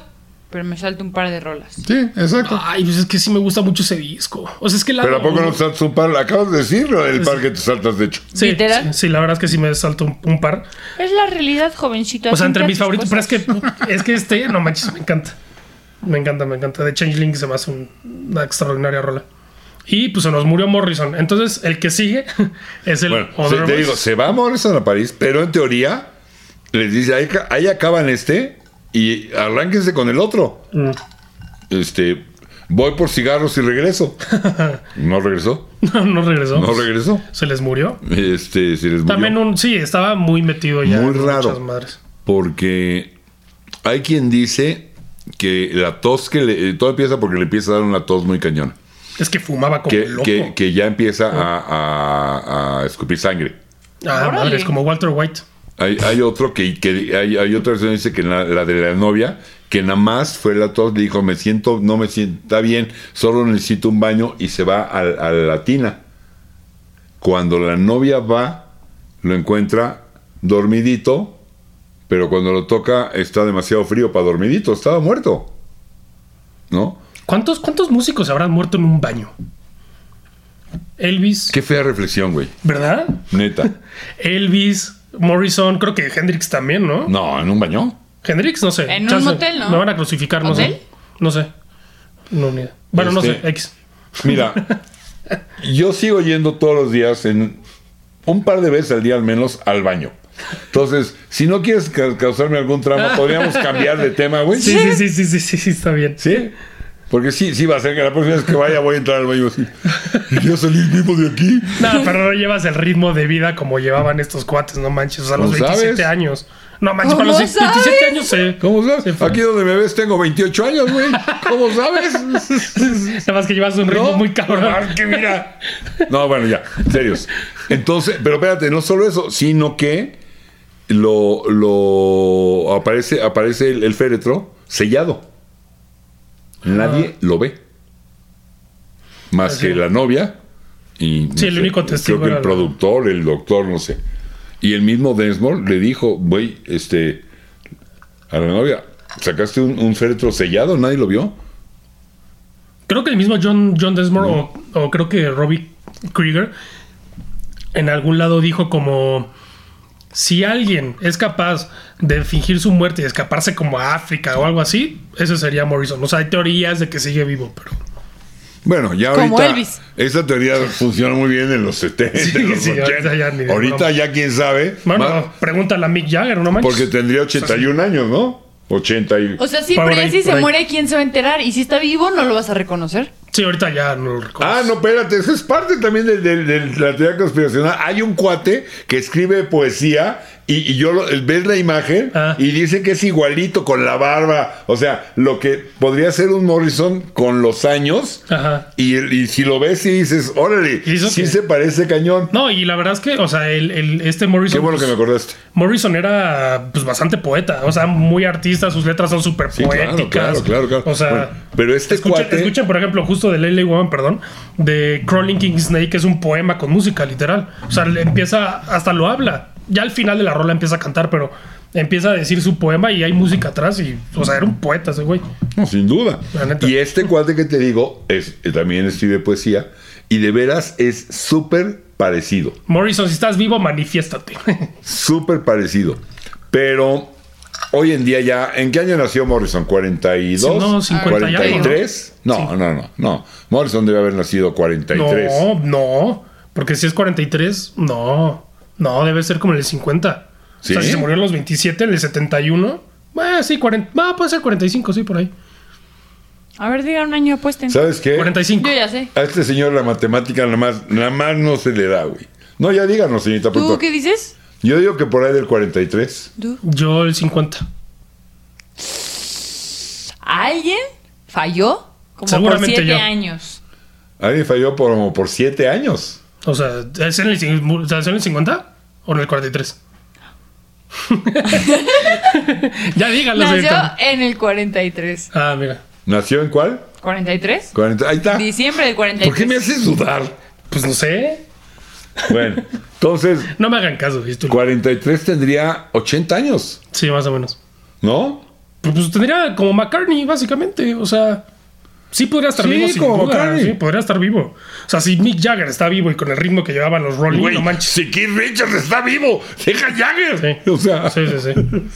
S2: pero me salto un par de rolas.
S1: Sí, exacto.
S3: Ay, pues es que sí me gusta mucho ese disco. O sea, es que la.
S1: Pero ¿a poco no te saltas un par? Acabas de decirlo, el par que te saltas, de hecho.
S3: Sí,
S2: ¿Literal?
S3: sí, sí, la verdad es que sí me salto un, un par.
S2: Es la realidad, jovencito.
S3: O
S2: Acepta
S3: sea, entre mis
S2: tus
S3: favoritos, pero es
S2: cosas.
S3: que, es que este, no manches, me encanta. Me encanta, me encanta. De Changeling se me hace un- una extraordinaria rola. Y pues se nos murió Morrison. Entonces, el que sigue es el
S1: Bueno, se-
S3: Other
S1: te
S3: Voice.
S1: digo, se va a Morrison a París, pero en teoría les dice, ahí, ca- ahí acaban este y arránquense con el otro.
S3: Mm.
S1: Este, voy por cigarros y regreso. no regresó,
S3: No, no regresó.
S1: no regresó.
S3: se les murió.
S1: Este, se les murió.
S3: También un. Sí, estaba muy metido ya.
S1: Muy
S3: en
S1: raro.
S3: muchas madres.
S1: Porque hay quien dice que la tos que le... eh, Todo empieza porque le empieza a dar una tos muy cañona.
S3: Es que fumaba como
S1: Que,
S3: loco.
S1: que- que ya empieza a- a- a escupir sangre.
S3: Ah,
S2: Órale.
S3: madres, como Walter White.
S1: Hay, hay otro que, que hay, hay otra versión que dice que la, la de la novia, que nada más fue la tos, le dijo, me siento, no me siento, está bien, solo necesito un baño y se va a, a la tina. Cuando la novia va, lo encuentra dormidito, pero cuando lo toca está demasiado frío para dormidito, estaba muerto. ¿No?
S3: ¿Cuántos, ¿Cuántos músicos habrán muerto en un baño? Elvis,
S1: Qué fea reflexión, güey.
S3: ¿verdad?
S1: Neta.
S3: Elvis, Morrison, creo que Hendrix también, ¿no?
S1: No, en un baño.
S3: Hendrix, no sé.
S2: En un motel, ¿no?
S3: Me van a crucificar, no
S2: ¿Hotel?
S3: sé. No sé. No, ni idea. Bueno, no
S1: Este-
S3: sé, X.
S1: Mira, yo sigo yendo todos los días, en un par de veces al día al menos, al baño. Entonces, si no quieres ca- causarme algún trauma, podríamos cambiar de tema, güey.
S3: Sí, sí, sí, sí, sí, sí, sí, está bien.
S1: ¿Sí? Porque sí, sí va a ser que la próxima vez que vaya voy a entrar al baño así. Y yo salí vivo de aquí.
S3: No, pero no llevas el ritmo de vida como llevaban estos cuates, no manches. O sea, a los
S1: ¿Cómo
S3: 27
S1: Pues, sabes?
S3: años. No manches, para los
S2: ¿Cómo
S3: 27 años se.
S1: ¿Cómo sabes? Aquí donde me ves tengo 28 años, güey. ¿Cómo sabes?
S3: Nada más que llevas un ritmo
S1: No,
S3: muy cabrón.
S1: nomás que mira. No, bueno, ya, serios. Entonces, pero espérate, no solo eso, sino que lo, lo aparece, aparece el, el féretro sellado.
S3: Ah.
S1: Nadie lo ve. Más
S3: Así
S1: que
S3: es.
S1: la novia y no
S3: Sí, el único testigo
S1: creo que
S3: era
S1: el
S3: la-
S1: productor, el doctor, no sé. Y el mismo Densmore le dijo, güey, este, a la novia, sacaste un, un féretro sellado, nadie lo vio.
S3: Creo que el mismo John, John Desmore o, o creo que Robbie Krieger en algún lado dijo como si alguien es capaz de fingir su muerte y escaparse como a África o algo así, ese sería Morrison. O sea, hay teorías de que sigue vivo, pero
S1: Bueno, ya ahorita.
S2: Como Elvis.
S1: Esa teoría funciona muy bien en los 70.
S3: Sí,
S1: en los
S3: sí, ahorita
S1: 80.
S3: ya ni de
S1: Ahorita
S3: broma.
S1: ya quién sabe.
S3: bueno,
S1: ma-
S3: pregúntale a Mick Jagger, no manches.
S1: porque tendría 81 años, ¿no? 80 y.
S2: O sea, sí,
S3: Por
S2: pero ya
S3: ahí,
S2: si
S3: por
S2: se
S3: ahí.
S2: muere, ¿quién se va a enterar? Y si está vivo, no lo vas a reconocer.
S3: Sí, ahorita ya no lo recuerdo.
S1: Ah, no, espérate, esa es parte también de, de- de la teoría conspiracional. Hay un cuate que escribe poesía y, y yo lo- ves la imagen
S3: Ah.
S1: y dice que es igualito con la barba. O sea, lo que podría ser un Morrison con los años.
S3: Ajá.
S1: Y, y si lo ves y dices, órale,
S3: Ah. ¿Y eso
S1: sí
S3: qué?
S1: se parece cañón.
S3: No, y la verdad es que, o sea, el, el- este Morrison.
S1: Qué bueno que
S3: pues,
S1: me acordaste.
S3: Morrison era pues bastante poeta, o sea, muy artista, sus letras son súper
S1: Sí, claro,
S3: poéticas.
S1: claro, claro, claro.
S3: O sea,
S1: Bueno, pero este
S3: escuchen,
S1: cuate-
S3: escuchen, por ejemplo, justo de Lele Woman, perdón, de Crawling King Snake, que es un poema con música, literal. O sea, le empieza, hasta lo habla. Ya al final de la rola empieza a cantar, pero empieza a decir su poema y hay música atrás y, o sea, era un poeta ese güey.
S1: No, sin duda.
S3: La neta.
S1: Y este cuate que te digo es, eh, también escribe poesía y de veras es súper parecido,
S3: Morrison, si estás vivo, manifiéstate.
S1: súper parecido. Pero hoy en día ya, ¿en qué año nació Morrison? ¿42?
S3: Sí, no, 50 y algo, ¿no?
S1: ¿43? No, no, no, no. Morrison debe haber nacido 43.
S3: no, no, porque si es 43, no, no, debe ser como en el 50.
S1: ¿Sí?
S3: O sea, si se murió en los 27, en el 71, bueno, sí, 40, ah, puede ser 45, sí, por ahí.
S2: A ver, digan un año, apuesten.
S1: ¿Sabes qué?
S3: 45.
S2: Yo ya sé.
S1: A este señor la matemática nada más, nada más no se le da, güey. No, ya díganos, señorita.
S2: ¿Tú
S1: productora.
S2: qué dices?
S1: Yo digo que por ahí del 43.
S2: ¿Tú?
S3: Yo el 50.
S2: ¿Alguien falló? Como por
S3: Seguramente
S2: siete
S3: yo.
S2: años.
S1: Alguien falló por, por 7 años.
S3: O sea, ¿es en el, cin- o sea, ¿es en el 50 o en el 43? ya díganlo,
S2: Nació
S3: señorita.
S2: en el 43.
S3: Ah, mira.
S1: ¿Nació en cuál?
S2: ¿43?
S1: 40. Ahí está.
S2: Diciembre del 43.
S1: ¿Por qué me haces dudar?
S3: Pues no sé.
S1: Bueno, entonces,
S3: No me hagan caso, ¿viste?
S1: 43 tendría 80 años,
S3: Sí, más o menos.
S1: ¿no?
S3: pues, pues, tendría como McCartney, básicamente. O sea, sí podría estar
S1: Sí,
S3: vivo sin
S1: como
S3: duda,
S1: McCartney.
S3: sí, podría estar vivo. O sea, si Mick Jagger está vivo y con el ritmo que llevaban los Rolling,
S1: Güey,
S3: no manches.
S1: si Keith Richards está vivo, deja a Jagger.
S3: Sí.
S1: O sea,
S3: Sí, sí, sí.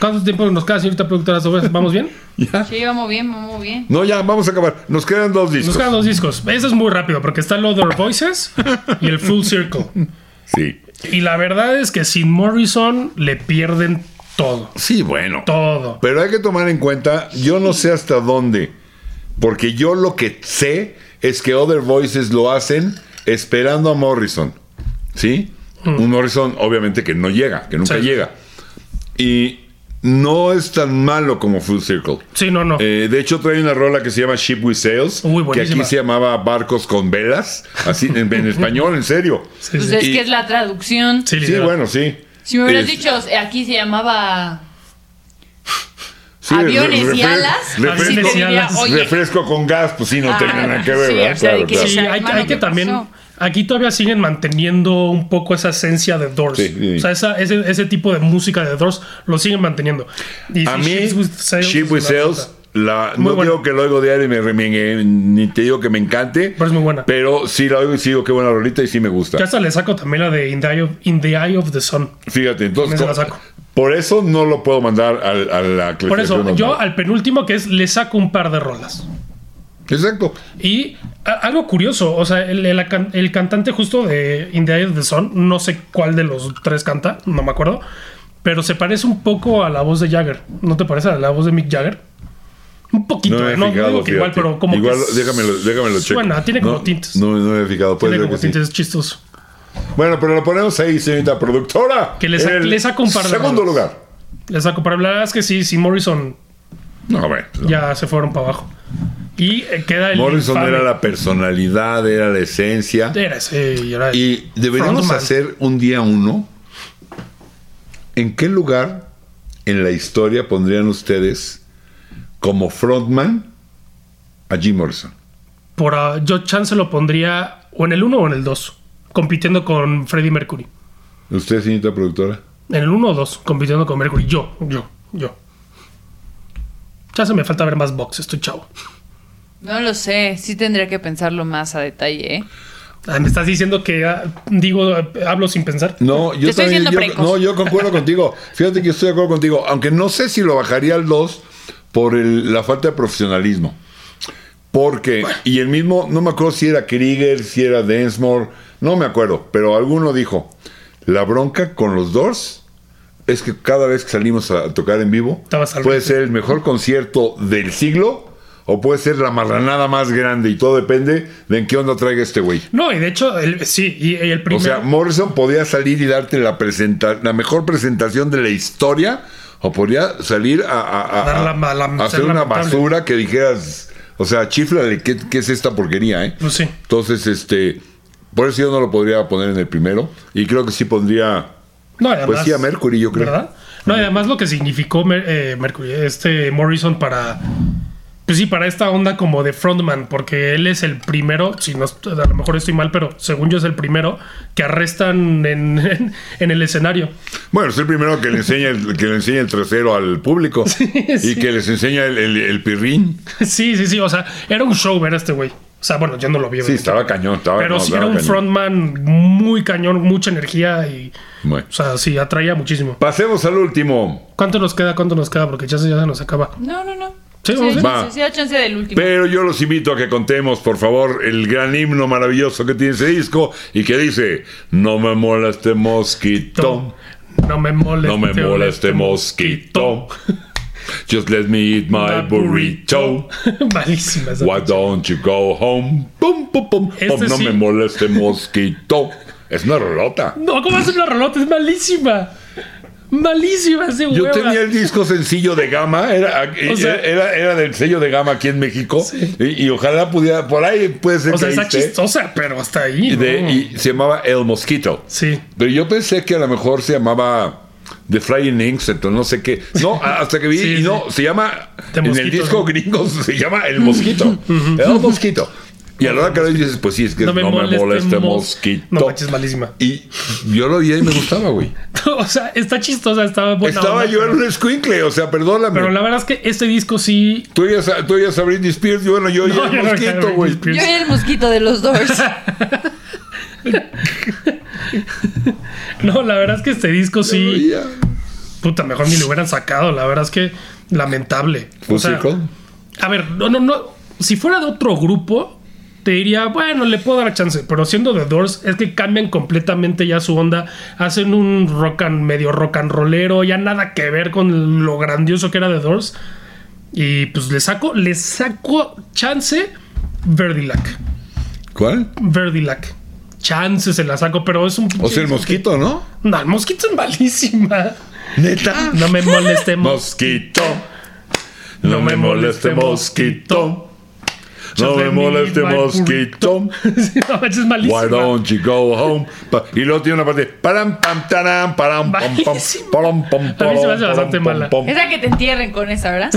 S3: ¿Cuánto tiempo nos queda, señorita productora? Sobre- ¿Vamos bien?
S1: ya.
S2: Sí, vamos bien, vamos bien.
S1: No, ya, vamos a acabar. Nos quedan dos
S3: Nos
S1: discos.
S3: quedan dos discos. Eso es muy rápido porque está el Other Voices y el Full Circle.
S1: Sí.
S3: Y la verdad es que sin Morrison le pierden todo.
S1: Sí, bueno.
S3: Todo.
S1: Pero hay que tomar en cuenta, yo no sé hasta dónde, porque yo lo que sé es que Other Voices lo hacen esperando a Morrison, ¿sí? Un Morrison obviamente que no llega, que nunca
S3: Mm. Sí.
S1: llega. Y no es tan malo como Full Circle.
S3: Sí, no, no.
S1: Eh, de hecho, trae una rola que se llama Ship with Sails,
S3: Uy,
S1: que
S3: buenísima.
S1: aquí se llamaba Barcos con Velas, así en, en español, en serio.
S3: Sí,
S2: Pues
S3: sí.
S2: es
S1: Y-
S2: que es la traducción.
S3: Sí,
S1: Sí,
S3: literal.
S1: bueno, sí.
S2: Si me hubieras
S1: Es-
S2: dicho, eh, aquí se llamaba
S1: sí,
S2: aviones
S1: re-
S2: y
S1: refres-
S2: alas, así
S1: refresco-
S2: te diría,
S3: alas.
S2: oye,
S1: refresco con gas, pues sí, no
S2: Ah,
S1: tenía nada que ver,
S2: sí,
S1: ¿verdad?
S2: o sea, de
S1: Claro,
S2: que
S1: claro.
S3: Sí,
S2: Ay,
S3: hay,
S2: hermano,
S3: hay que
S2: ¿qué
S3: también.
S2: pasó?
S3: Aquí todavía siguen manteniendo un poco esa esencia de Doors.
S1: Sí, sí.
S3: O sea, esa- ese, ese tipo de música de Doors lo siguen manteniendo. Y
S1: A
S3: sí,
S1: mí,
S3: Ships with Sails
S1: Ship
S3: es
S1: with
S3: una
S1: Sales,
S3: cosa.
S1: la,
S3: Muy
S1: no
S3: buena.
S1: digo que lo oigo diario y me, remengue, ni te digo que me encante.
S3: Pero es muy buena.
S1: Pero sí la oigo y sí digo qué buena rolita y sí me gusta.
S3: Ya hasta le saco también la de In the Eye of, In the, Eye of the Sun.
S1: Fíjate, entonces.
S3: Me se la
S1: co-
S3: saco.
S1: Por eso no lo puedo mandar al- a, la
S3: Por eso,
S1: clasificación
S3: yo
S1: normal.
S3: al penúltimo que es le saco un par de rolas.
S1: Exacto.
S3: Y a- algo curioso, o sea, el, el can- el cantante justo de In the Eye of the Sun, no sé cuál de los tres canta, no me acuerdo, pero se parece un poco a la voz de Jagger. ¿No te parece a la voz de Mick Jagger? Un poquito,
S1: No me
S3: eh,
S1: he
S3: no, no
S1: fijado.
S3: digo que igual,
S1: fíjate.
S3: pero como
S1: Igual,
S3: que
S1: déjamelo, déjamelo checo.
S3: Suena, tiene como
S1: no,
S3: tintes.
S1: No, no me he fijado. Puede
S3: tiene
S1: ser
S3: como
S1: que sí.
S3: tintes chistosos.
S1: Bueno, pero lo ponemos ahí, señorita productora.
S3: Que le sa-
S1: en el
S3: le saco un par de
S1: Segundo
S3: rolas.
S1: lugar.
S3: Les saco para hablar, es que sí, sí, Morrison
S1: No, bueno. no.
S3: ya se fueron para abajo. Y eh, queda el.
S1: Morrison
S3: infame-
S1: era la personalidad, era la esencia.
S3: Era ese, y era
S1: Y deberíamos
S3: frontman.
S1: hacer un día uno. ¿En qué lugar en la historia pondrían ustedes como frontman a Jim Morrison?
S3: Por, ah, yo chance lo pondría o en el 1 o en el 2, compitiendo con Freddie Mercury.
S1: ¿Usted, señorita productora?
S3: En el 1 o 2, compitiendo con Mercury. Yo, yo, yo. Ya se me falta ver más box, estoy chavo.
S2: No lo sé, sí tendría que pensarlo más a detalle, ¿eh?
S3: Ah, me estás diciendo que ah, digo, ah, hablo sin pensar.
S1: No, yo
S2: Te estoy
S1: también-
S2: siendo
S1: yo-
S2: precoz.
S1: no, yo concuerdo contigo. Fíjate que estoy de acuerdo contigo, aunque no sé si lo bajaría al 2 por el- la falta de profesionalismo. Porque, y el mismo, no me acuerdo si era Krieger, si era Densmore, no me acuerdo, pero alguno dijo, la bronca con los Doors es que cada vez que salimos a tocar en vivo,
S3: Estabas al
S1: puede
S3: frente.
S1: ser el mejor concierto del siglo o puede ser la marranada más grande y todo depende de en qué onda traiga este güey.
S3: No, y de hecho, el- sí, y, y el
S1: O
S3: primero.
S1: sea, Morrison podía salir y darte la, presenta la mejor presentación de la historia, o podía salir a, a- a-
S3: Dar la
S1: a-
S3: ma- la-
S1: a
S3: ser
S1: hacer una
S3: lamentable.
S1: basura que dijeras, o sea, chiflale, ¿qué, qué es esta porquería, eh?
S3: Pues sí.
S1: Entonces, este, por eso yo no lo podría poner en el primero, y creo que sí pondría,
S3: no, y además,
S1: pues sí, a Mercury, yo creo.
S3: ¿Verdad? No, y además lo que significó Mer- eh, Mercury, este Morrison para. Pues sí, para esta onda como de frontman, porque él es el primero, si no, est- a lo mejor estoy mal, pero según yo es el primero que arrestan en, en, en el escenario.
S1: Bueno, es el primero que le enseña el, que le enseña el trasero al público,
S3: sí.
S1: y que les enseña el, el- el pirrín.
S3: Sí, sí, sí, o sea, era un show ver a este güey. O sea, bueno, yo no lo vi.
S1: Sí,
S3: obviamente.
S1: estaba cañón, estaba
S3: pero
S1: no,
S3: sí
S1: estaba
S3: era un
S1: cañón.
S3: frontman muy cañón, mucha energía y,
S1: Bueno.
S3: o sea, sí, atraía muchísimo.
S1: Pasemos al último.
S3: ¿Cuánto nos queda? ¿Cuánto nos queda? Porque ya se, ya se nos acaba.
S2: No, no, no.
S3: Sí,
S2: Sí,
S3: vamos a-
S2: hay
S1: Va.
S2: chance, sí, hay chance del último.
S1: Pero yo los invito a que contemos, por favor, el gran himno maravilloso que tiene ese disco y que dice: No me mola este mosquito,
S3: No me moleste.
S1: no me mola este mosquito. Just let me eat my burrito.
S3: Malísima esa.
S1: Why don't you go home? Pum, pum, pum,
S3: Este
S1: pum, No
S3: sí.
S1: me mola este mosquito. Es una rolota.
S3: No, ¿cómo hace una relota? Es malísima. Malísima ese
S1: Yo
S3: hueva.
S1: tenía el disco sencillo de gama, era,
S3: O sea-
S1: era, era del sello de gama aquí en México.
S3: Sí.
S1: Y, y ojalá pudiera, por ahí puede ser
S3: O sea,
S1: que ahí
S3: está
S1: esté.
S3: chistosa, pero hasta ahí.
S1: Y de-
S3: ¿no?
S1: y se llamaba El Mosquito.
S3: Sí.
S1: Pero yo pensé que a lo mejor se llamaba The Flying Inks, entonces no sé qué. No, a- hasta que vi,
S3: Sí,
S1: y no, se llama,
S3: The
S1: en el
S3: Mosquito,
S1: disco
S3: ¿no?
S1: gringo se llama El Mosquito. El Mosquito. Y a la hora que lo dices, pues sí, es que no me, moleste, mosquito.
S3: No manches, malísima.
S1: Y yo lo vi y me gustaba, güey.
S3: o sea, está chistosa, estaba buena.
S1: Estaba
S3: onda,
S1: yo en un squinkle, o sea, perdóname.
S3: Pero la verdad es que este disco sí.
S1: Tú oías a, tú oías a Britney Spears, y bueno, yo oía
S3: No,
S1: el
S3: yo no oía a
S1: mosquito,
S3: Britney
S1: güey.
S3: Spears.
S2: Yo era el mosquito de los Doors.
S3: No, la verdad es que este disco sí.
S1: Oía.
S3: Puta, mejor ni lo hubieran sacado. La verdad es que lamentable.
S1: Full Circle.
S3: A ver, no, no, no. Si fuera de otro grupo, te diría, bueno, le puedo dar chance. Pero siendo The Doors, es que cambian completamente ya su onda. Hacen un rock and medio rock and rollero, ya nada que ver con lo grandioso que era The Doors. Y pues le saco, le saco chance Verdilac.
S1: ¿Cuál?
S3: Verdilac. Chance se la saco, pero es un.
S1: O sea, el mosquito, ¿no?
S3: No, el mosquito es malísima.
S1: Neta.
S3: No me moleste, mos-
S1: Mosquito. No me moleste, mosquito. No me moleste, mosquito.
S3: Sí, no, esa es malísima.
S1: Why don't you go home? Pa- Y luego tiene una parte. Param, pam, taram, param, pam, pam,
S3: Malísima.
S1: param, pam,
S3: A mí se me hace
S1: param,
S3: bastante
S1: pam,
S3: mala.
S1: pam.
S2: es la que te entierren con esa, ¿verdad?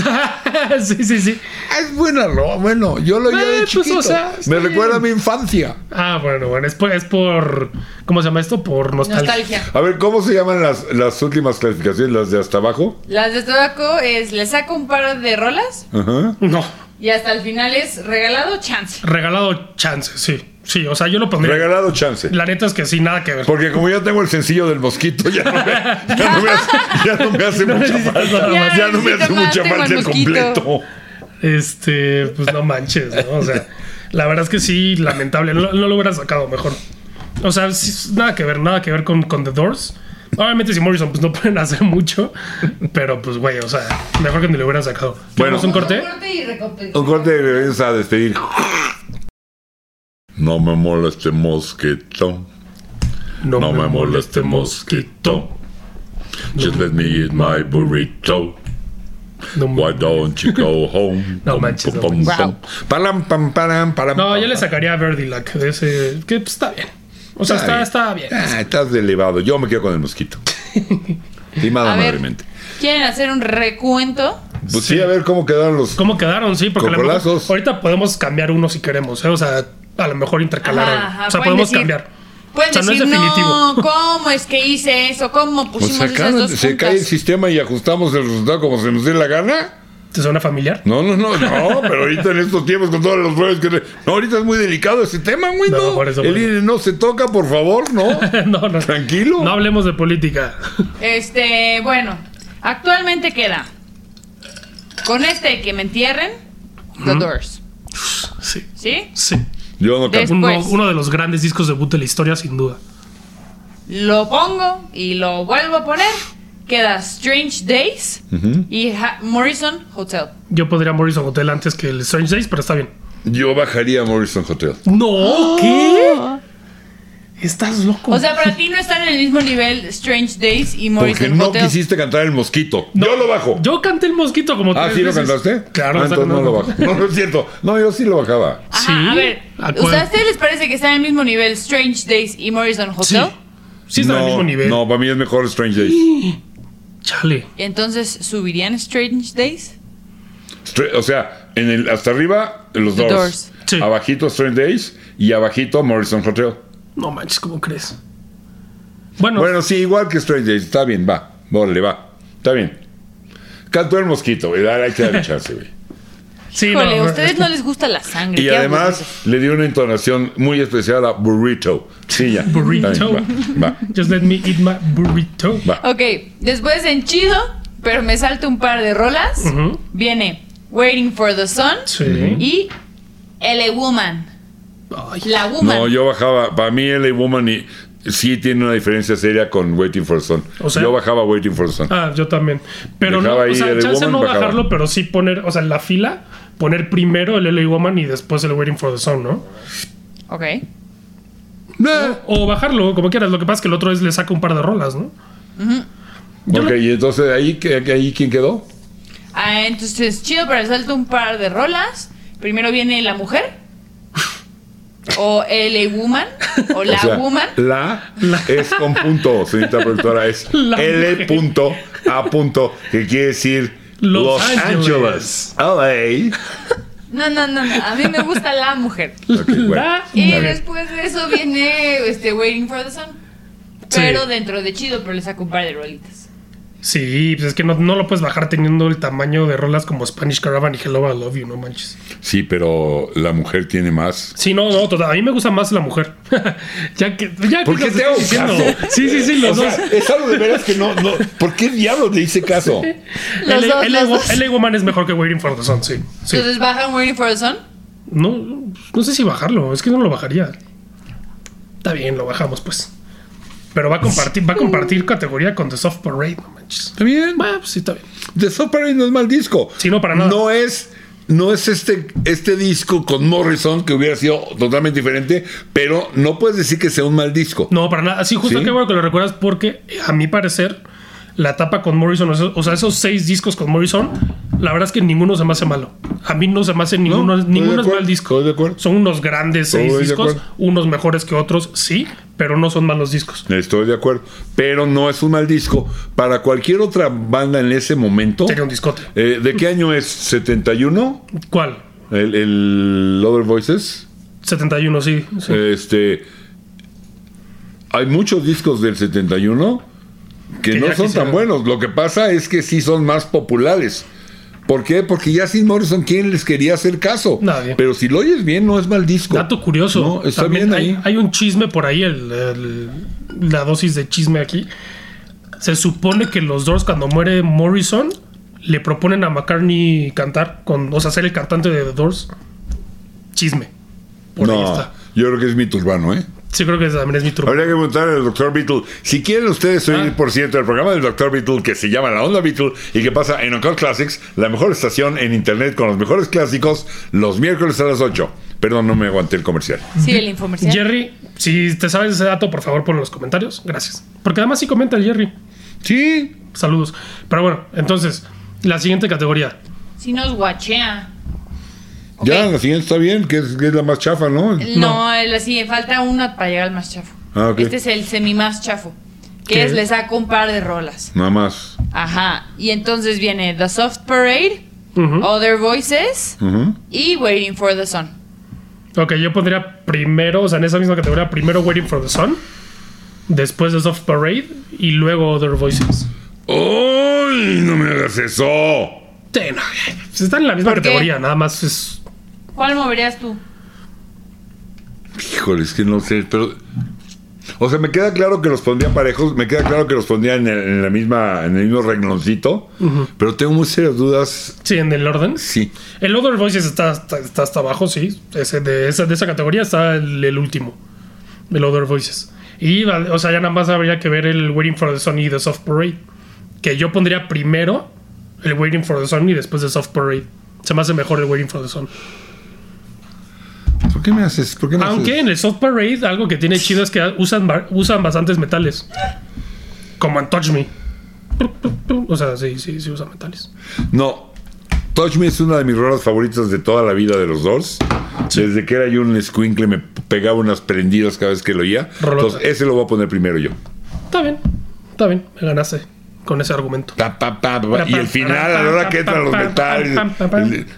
S3: sí, sí, sí.
S1: Ah, Es buena rola. Bueno, yo lo oía
S3: Eh,
S1: de
S3: pues,
S1: chiquito.
S3: o sea, está
S1: me
S3: bien.
S1: recuerda a mi infancia.
S3: Ah, bueno, bueno, es por, es por. ¿Cómo se llama esto? Por nostalgia.
S2: Nostalgia.
S1: A ver, ¿cómo se llaman las, las últimas clasificaciones? Las de hasta abajo.
S2: Las de Tabaco es le saco un par de rolas
S1: Ajá.
S3: No,
S2: y hasta el final es regalado chance.
S3: regalado chance, sí. Sí, o sea, yo lo pondría.
S1: Regalado chance.
S3: La neta es que sí, nada que ver.
S1: Porque como ya tengo el sencillo del mosquito, ya no me, ya no me hace, ya no me hace mucha
S3: necesitas
S1: falta.
S3: nada
S1: Ya,
S2: más.
S1: no me hace
S2: Necesito más,
S1: mucha
S2: tengo el
S1: falta el
S2: mosquito.
S1: completo.
S3: Este, pues no manches, ¿no? O sea, la verdad es que sí, lamentable. No, no lo hubiera sacado mejor. O sea, sí, nada que ver, nada que ver con, con The Doors. Obviamente, si Morrison, pues no pueden hacer mucho. Pero pues, güey, o sea, mejor que ni lo hubieran sacado.
S1: Bueno.
S3: ¿Tenemos un corte?
S2: y recompensa.
S1: Un corte de regresa a despedir. No me mola este mosquito.
S3: No,
S1: No me mola este mosquito. Just let me eat my burrito.
S3: No, me-
S1: Why don't you go home?
S3: No manches, no
S1: Pum, pum, pum. Param, pam, param, param,
S3: no,
S1: pam,
S3: yo le
S1: pam.
S3: sacaría a Verdilac de ese. Que pues, está bien. O sea, está, está bien.
S1: Ah, estás de elevado. Yo me quedo con el mosquito. Estimada
S2: A ver.
S1: madremente.
S2: ¿Quieren hacer un recuento?
S1: Pues sí, a ver cómo quedaron los.
S3: ¿Cómo quedaron? Sí, porque a lo mejor-
S1: Cocolazos.
S3: ahorita podemos cambiar uno si queremos, ¿eh? O sea, a lo mejor intercalar.
S2: Ajá,
S3: algo.
S2: ajá,
S3: o sea,
S2: pueden
S3: podemos
S2: decir-
S3: cambiar.
S2: Pueden
S3: O sea, no es
S2: decir, no,
S3: definitivo".
S2: ¿cómo es que hice eso? ¿Cómo
S1: Pues
S2: pusimos
S1: acá
S2: esas dos
S1: se
S2: juntas?
S1: cae el sistema y ajustamos el resultado como se nos dé la gana.
S3: ¿Te suena familiar?
S1: No, no, no, no, pero ahorita en estos tiempos con todos los jueves que... No, ahorita es muy delicado ese tema, güey,
S3: No,
S1: no.
S3: por eso,
S1: el
S3: por eso.
S1: INE no se toca, por favor, no.
S3: no, no.
S1: Tranquilo.
S3: No hablemos de política.
S2: Este, bueno, actualmente queda con este que me entierren, The Doors,
S3: Sí,
S2: ¿sí?
S3: sí.
S1: Yo no
S2: Des-
S1: canto.
S3: Uno,
S2: Pues-
S3: uno de los grandes discos debut de la historia, sin duda.
S2: Lo pongo y lo vuelvo a poner. Queda Strange Days y Ha- Morrison Hotel.
S3: Yo podría Morrison Hotel antes que el Strange Days, pero está bien.
S1: Yo bajaría a Morrison Hotel.
S3: ¡No! ¿Qué? Estás loco.
S2: ¡Oh! O sea, para ti no están en el mismo nivel Strange Days y
S1: Porque
S2: Morrison
S1: no
S2: Hotel.
S1: quisiste cantar el mosquito.
S3: No,
S1: yo lo bajo.
S3: Yo canté el mosquito como
S1: ¿Ah,
S3: tres
S1: sí lo
S3: veces.
S1: cantaste?
S3: Claro,
S1: Ah,
S3: está
S1: entonces no lo
S3: cantando.
S1: bajo. No, no es cierto. No, yo sí lo bajaba.
S2: Ajá,
S3: Sí.
S2: a ver,
S3: ¿A
S2: o
S3: cuál?
S2: sea, ¿a ustedes les parece que están en el mismo nivel Strange Days y Morrison
S3: Sí.
S2: Hotel?
S3: Sí, está
S1: no,
S3: al mismo nivel.
S1: No, para mí es mejor Strange Days.
S3: Chale.
S2: Entonces, ¿subirían Strange Days?
S1: Stra- o sea, en el, hasta arriba, los
S2: The
S1: Doors.
S2: Doors.
S3: Sí.
S1: Abajito Strange Days y abajito Morrison Hotel.
S3: No manches, ¿cómo crees? Bueno,
S1: Bueno, sí, igual que Strange Days. Está bien, va. Órale, va. Está bien. Cantó el mosquito, eh, güey. Dale, hay que darle chance, güey.
S3: sí, no,
S2: Híjole,
S3: no,
S2: a ustedes
S3: es-
S2: no les gusta la sangre.
S1: Y
S2: qué
S1: además le dio una entonación muy especial a Burrito. Sí, ya.
S3: Burrito.
S1: Está bien, Va,
S3: Just let me eat my burrito.
S1: va, va.
S2: Ok, después en chido, pero me salto un par de rolas.
S3: Ujú.
S2: Viene Waiting for the Sun
S3: Sí.
S2: y L.A. Woman.
S3: Ay,
S2: La Woman.
S1: No, yo bajaba. Para mí, LA Woman y, sí tiene una diferencia seria con Waiting for the Sun.
S3: O sea-
S1: yo bajaba Waiting for the Sun.
S3: Ah, yo también. Pero
S1: Dejaba
S3: no,
S1: ahí
S3: o sea,
S1: el
S3: chance
S1: Woman,
S3: no
S1: bajaba.
S3: bajarlo, pero sí poner, o sea, en la fila, poner primero el LA Woman y después el Waiting for the Sun, ¿no?
S2: Ok.
S1: Nah.
S3: O bajarlo, como quieras. Lo que pasa es que el otro es le saca un par de rolas, ¿no? Yo
S1: Ok,
S3: lo-
S1: y entonces ahí, ¿qué- qué- ahí quién quedó?
S2: Ah, entonces chido, pero me salto un par de rolas. Primero viene La Mujer. O L.A. Woman. O La
S1: O sea,
S2: Woman.
S1: La, es con punto, señorita productora, es
S3: La
S1: L
S3: mujer.
S1: punto A punto, que quiere decir
S3: Los
S1: Los, Ángeles, LA
S2: No, no, no, no. A mí me gusta la mujer.
S1: Ok, bueno.
S3: La-
S2: Y
S1: Está bien.
S2: después de eso viene este Waiting for the Sun.
S3: Sí.
S2: Pero dentro de chido, pero le saco un par de rolitas.
S3: Sí, pues es que no, no lo puedes bajar teniendo el tamaño de rolas como Spanish Caravan y Hello I Love You, no manches.
S1: Sí, pero la mujer tiene más.
S3: Sí, no, no, total, a mí me gusta más la mujer. ya que, ya
S1: ¿Por
S3: que
S1: qué
S3: nos
S1: te hago
S3: estás diciendo.
S1: caso?
S3: Sí, sí, sí,
S1: O
S3: los dos.
S1: sea, es algo de veras que no, no. ¿Por qué diablo te hice caso?
S2: Los
S3: LA
S2: dos,
S3: LA
S2: los dos.
S3: LA Woman es mejor que Waiting for the Sun, sí. sí.
S2: Entonces bajan Waiting for the Sun.
S3: No, no sé si bajarlo, es que no lo bajaría. Está bien, lo bajamos pues. Pero va a compartir, va a compartir categoría con The Soft Parade, no manches.
S1: Está bien.
S3: Va, pues sí, está bien.
S1: The Soft Parade no es mal disco.
S3: Sí, no, para nada.
S1: No es, no es este, este disco con Morrison que hubiera sido totalmente diferente, pero no puedes decir que sea un mal disco.
S3: No, para nada. Sí, justo
S1: ¿Sí?
S3: qué bueno que lo recuerdas porque, a mi parecer, la etapa con Morrison, o sea, o sea, esos seis discos con Morrison, la verdad es que ninguno se me hace malo. A mí no se me hace ninguno,
S1: estoy de
S3: ninguno es
S1: acuerdo,
S3: mal disco.
S1: estoy de acuerdo.
S3: Son unos grandes seis
S1: Estoy de
S3: discos,
S1: acuerdo.
S3: unos mejores que otros, sí, pero no son malos discos.
S1: Estoy de acuerdo. Pero no es un mal disco. Para cualquier otra banda en ese momento.
S3: Sería un discote.
S1: Eh, ¿De qué año es? ¿71?
S3: ¿Cuál?
S1: El, el Other Voices.
S3: 71, sí. sí.
S1: Este. Hay muchos discos del 71 que,
S3: Que
S1: no
S3: ya
S1: son
S3: quisiera.
S1: tan buenos. Lo que pasa es que sí son más populares. ¿Por qué? Porque ya sin Morrison, ¿quién les quería hacer caso?
S3: Nadie.
S1: Pero si lo oyes bien, no es mal disco.
S3: Dato curioso.
S1: No, está
S3: también
S1: bien
S3: hay,
S1: ahí.
S3: hay un chisme por ahí, el- el- la dosis de chisme aquí. Se supone que los Doors, cuando muere Morrison, le proponen a McCartney cantar, con, o sea, ser el cantante de The Doors. Chisme. Por ahí
S1: no,
S3: está.
S1: yo creo que es mi turbano, ¿eh?
S3: Sí, creo que también es mi truco.
S1: Habría que preguntar al Dr. Beatle. Si quieren ustedes oír,
S3: Ah.
S1: por cierto, el programa del Dr. Beatle que se llama La Onda Beatle y que pasa en Encore Classics, la mejor estación en internet con los mejores clásicos, los miércoles a las 8. Perdón, no me aguanté el comercial.
S2: Sí, el infomercial.
S3: Jerry, si te sabes ese dato, por favor, ponlo en los comentarios. Gracias. Porque además sí comenta el Jerry.
S1: Sí.
S3: Saludos. Pero bueno, entonces, la siguiente categoría.
S2: Si nos guachea.
S1: Ya,
S2: Ok.
S1: la siguiente está bien, que es, que es la más chafa, ¿no?
S2: No, el- sí, falta una para llegar al más chafo.
S1: Ah, ok.
S2: Este es el semi más chafo. Que
S3: ¿Qué?
S2: es le saco un par de rolas.
S1: Nada más.
S2: Ajá. Y entonces viene The Soft Parade,
S3: Ujú.
S2: Other Voices
S1: Ujú.
S2: y Waiting for the Sun.
S3: Ok, yo pondría primero, o sea, en esa misma categoría, primero Waiting for the Sun, después The Soft Parade y luego Other Voices.
S1: ¡Uy! No me hagas eso.
S3: Sí, no, pues están en la misma
S2: ¿Por qué?
S3: categoría, nada más es.
S2: ¿Cuál moverías tú?
S1: Híjole, es que no sé, pero. O sea, me queda claro que los pondría parejos, me queda claro que los pondría en el, en la misma, en el mismo regloncito, pero tengo muy serias dudas.
S3: Sí, en el orden.
S1: Sí.
S3: El Other Voices está, está, está hasta abajo, sí. Ese de, esa, de esa categoría está el, el último, el Other Voices. Y, vale, o sea, ya nada más habría que ver el Waiting for the Sun y The Soft Parade. Que yo pondría primero el Waiting for the Sun y después The Soft Parade. Se me hace mejor el Waiting for the Sun.
S1: ¿Por qué me haces? ¿Por qué me
S3: Aunque
S1: haces?
S3: en el Soft Parade algo que tiene chido es que usan, ba- usan bastantes metales. Como en Touch Me. O sea, sí, sí, sí usan metales.
S1: No. Touch Me es una de mis rolas favoritas de toda la vida de los dos. Desde que era yo un squinkle me pegaba unas prendidas cada vez que lo oía.
S3: Rolota.
S1: Entonces, ese lo voy a poner primero yo.
S3: Está bien, está bien, me ganaste con ese argumento.
S1: Pa, pa, pa, pa, Y el final, a la hora que entran los metales.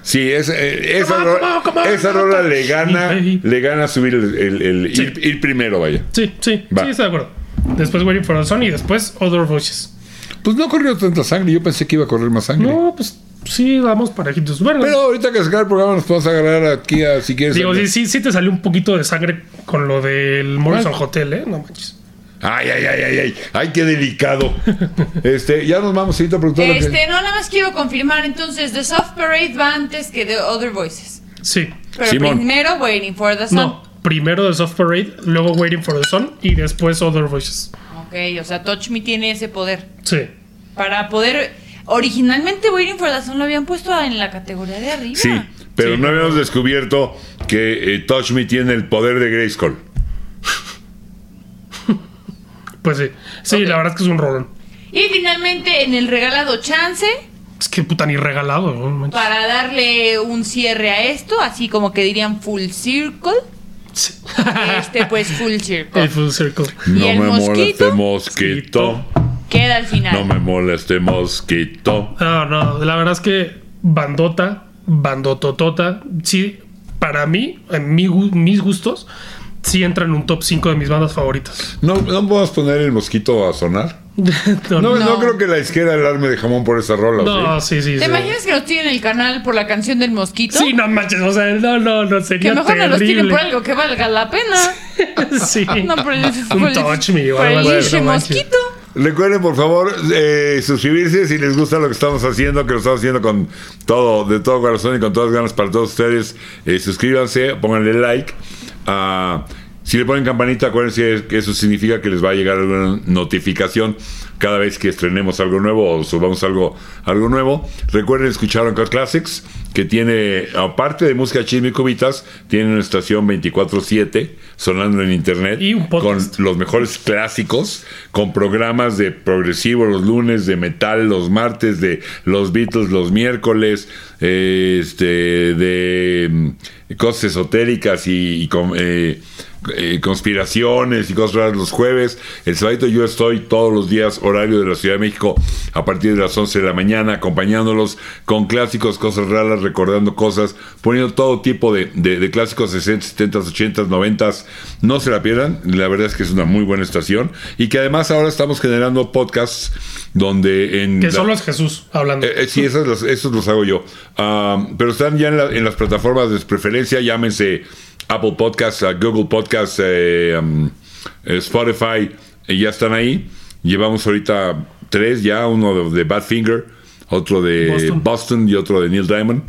S1: Sí, esa, eh, esa, rola, esa rola le gana, le gana subir el, el- el-
S3: Sí.
S1: ir, ir primero, vaya.
S3: Sí, sí,
S1: Va.
S3: sí, estoy de acuerdo. Después Waiting for the Sun y después Other Voices.
S1: Pues no corrió tanta sangre, yo pensé que iba a correr más sangre.
S3: No, pues sí, vamos parejitos. Bueno,
S1: Pero ahorita que sacar el programa nos podemos agarrar aquí a si quieres.
S3: digo, sí, sí, sí te salió un poquito de sangre con lo del Morrison Hotel, ¿eh? No manches.
S1: Ay, ay, ay, ay, ay. Ay, qué delicado. Este, ya nos vamos, señorita productora.
S2: Este, no, nada más quiero confirmar entonces, The Soft Parade va antes que The Other Voices.
S3: Sí.
S2: Pero
S1: Simón.
S2: primero Waiting for the Sun.
S3: No, primero The Soft Parade, luego Waiting for the Sun y después Other Voices.
S2: Ok, o sea, Touch Me tiene ese poder.
S3: Sí.
S2: Para poder... Originalmente Waiting for the Sun lo habían puesto en la categoría de arriba.
S1: Sí, pero
S3: Sí.
S1: no habíamos descubierto que eh, Touch Me tiene el poder de Grayskull.
S3: Pues sí. Sí,
S2: Ok.
S3: la verdad es que es un rolón.
S2: Y finalmente en el regalado chance
S3: Es que puta ni regalado. no manches.
S2: para darle un cierre a esto, así como que dirían full circle.
S3: Sí.
S2: Este pues full
S3: El
S2: circle.
S3: full circle.
S2: ¿Y
S1: No
S2: el
S1: me mola este
S2: mosquito?
S1: mosquito.
S2: Queda al final.
S1: No me mola este mosquito.
S3: No, no, la verdad es que bandota, bandototota. Sí, para mí, en mi gu- mis gustos, sí entra en un top 5 de mis bandas favoritas.
S1: No, no podemos poner el mosquito a sonar.
S3: no,
S1: No,
S3: no,
S1: no.
S2: No.
S1: creo que la izquierda alarme de jamón por esa rola. ¿sí?
S3: sí, sí.
S2: ¿Te
S3: sí.
S2: imaginas que nos tiren el canal por la canción del mosquito?
S3: Sí, no manches, o sea, no, no, no,
S2: que
S3: sería
S2: mejor no los tiren
S3: terrible.
S2: por algo que valga la pena.
S3: sí.
S2: No por el, por
S3: un
S2: el-
S3: touch me o
S2: por
S3: algo
S2: el
S3: así,
S2: liche
S3: no manches.
S2: mosquito.
S1: Recuerden, por favor, eh, suscribirse si les gusta lo que estamos haciendo, que lo estamos haciendo con todo, de todo corazón y con todas ganas para todos ustedes. Eh, suscríbanse, pónganle like. Ah, si le ponen campanita, acuérdense que eso significa que les va a llegar alguna notificación cada vez que estrenemos algo nuevo o subamos algo, algo nuevo. Recuerden escuchar Encore Classics, que tiene, aparte de música chisme y cubitas, tiene una estación 24-7 sonando en internet.
S3: Y un podcast.
S1: Con los mejores clásicos, con programas de progresivo los lunes, de metal los martes, de los Beatles los miércoles, eh, este, de mm, cosas esotéricas y, y con- eh, eh, conspiraciones y cosas raras los jueves. El sábado yo estoy todos los días, horario de la Ciudad de México, a partir de las 11 de la mañana, acompañándolos con clásicos, cosas raras, recordando cosas, poniendo todo tipo de, de- de clásicos 60, 70, 80, 90. No se la pierdan, la verdad es que es una muy buena estación y que además ahora estamos generando podcasts donde en...
S3: Que
S1: la-
S3: solo es Jesús hablando.
S1: eh, eh, sí, esos los, esos los hago yo. Am, pero están ya en, la- en las plataformas de preferencia, llámense Apple Podcasts, eh, Google Podcasts, eh, am, eh, Spotify, eh, ya están ahí. Llevamos ahorita tres ya, uno de, de Badfinger, otro de
S3: Boston.
S1: Boston. y otro de Neil Diamond.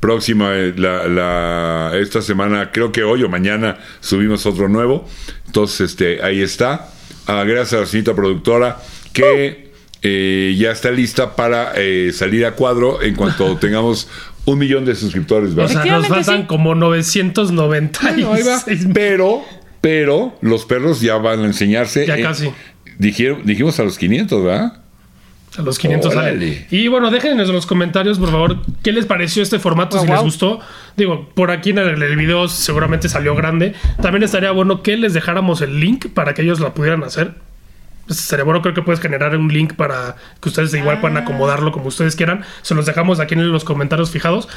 S1: Próxima, eh, la, la- esta semana, creo que hoy o mañana subimos otro nuevo. Entonces, este, ahí está. Ah, gracias a la señorita productora que eh, ya está lista para eh, salir a cuadro en cuanto tengamos un millón de suscriptores.
S3: o
S1: ¿verdad?
S3: sea, nos
S2: efectivamente,
S3: faltan
S2: sí.
S3: como
S1: Bueno, ahí va.
S3: 996.
S1: Pero, pero los perros ya van a enseñarse.
S3: Ya
S1: eh,
S3: casi.
S1: dijeron- dijimos a los 500, ¿verdad?
S3: A los 500
S1: Órale.
S3: sale. Y bueno, déjenos en los comentarios, por favor, qué les pareció este formato,
S2: Oh,
S3: si les
S2: wow.
S3: gustó. Digo, por aquí en el, el video seguramente salió grande. También estaría bueno que les dejáramos el link para que ellos la pudieran hacer. Pues Estaría bueno, creo que puedes generar un link para que ustedes igual
S2: Ah.
S3: puedan acomodarlo como ustedes quieran. Se los dejamos aquí en los comentarios fijados.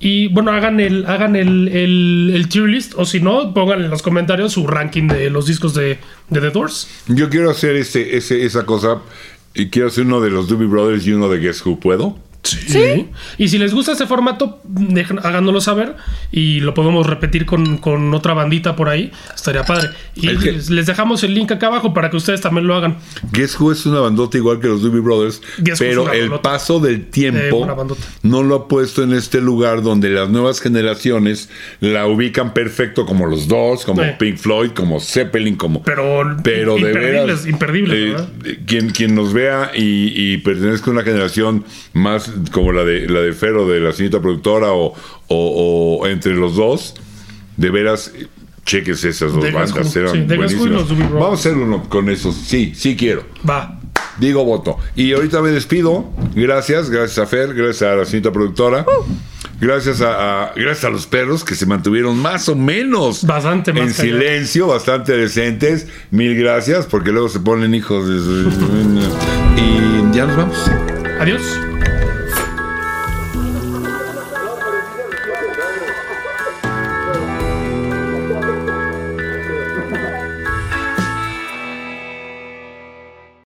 S3: Y bueno, hagan el, hagan el, el, el tier list, o si no, pongan en los comentarios su ranking de los discos de, de The Doors.
S1: Yo quiero hacer ese, ese, esa cosa. Y quiero hacer uno de los Doobie Brothers y uno de Guess Who. ¿Puedo?
S3: Sí. Y si les gusta este formato, dejen- háganoslo saber y lo podemos repetir con, con otra bandita por ahí. Estaría padre. Y
S1: Es que-
S3: les, les dejamos el link acá abajo para que ustedes también lo hagan.
S1: Guess Who es una bandota igual que los Doobie Brothers,
S3: Guess Who es
S1: pero
S3: una
S1: el
S3: bandota.
S1: paso del
S3: Eh,
S1: tiempo
S3: una bandota.
S1: no lo ha puesto en este lugar donde las nuevas generaciones la ubican perfecto como los Doors, como
S3: Sí.
S1: Pink Floyd, como Zeppelin, como
S3: Pero,
S1: pero de
S3: imperdibles,
S1: veras
S3: imperdibles,
S1: eh,
S3: ¿verdad?
S1: eh, quien quien nos vea y, y pertenezca a una generación más como la de la de Fero de la señorita productora o, o- o entre los dos de veras eh, cheques esas dos
S3: De Guess
S1: bandas
S3: Who,
S1: eran
S3: sí, de Guess Who y
S1: buenísimas.
S3: los Doobie Brothers.
S1: vamos a hacer uno con esos sí sí quiero
S3: Va.
S1: Digo voto. Y ahorita me despido. Gracias, gracias a Fer, gracias a la señorita productora. Gracias a, a- gracias a los perros que se mantuvieron más o menos
S3: Bastante más
S1: en
S3: cañón.
S1: silencio, bastante decentes. Mil gracias, porque luego se ponen hijos de... y ya nos vamos.
S3: Adiós.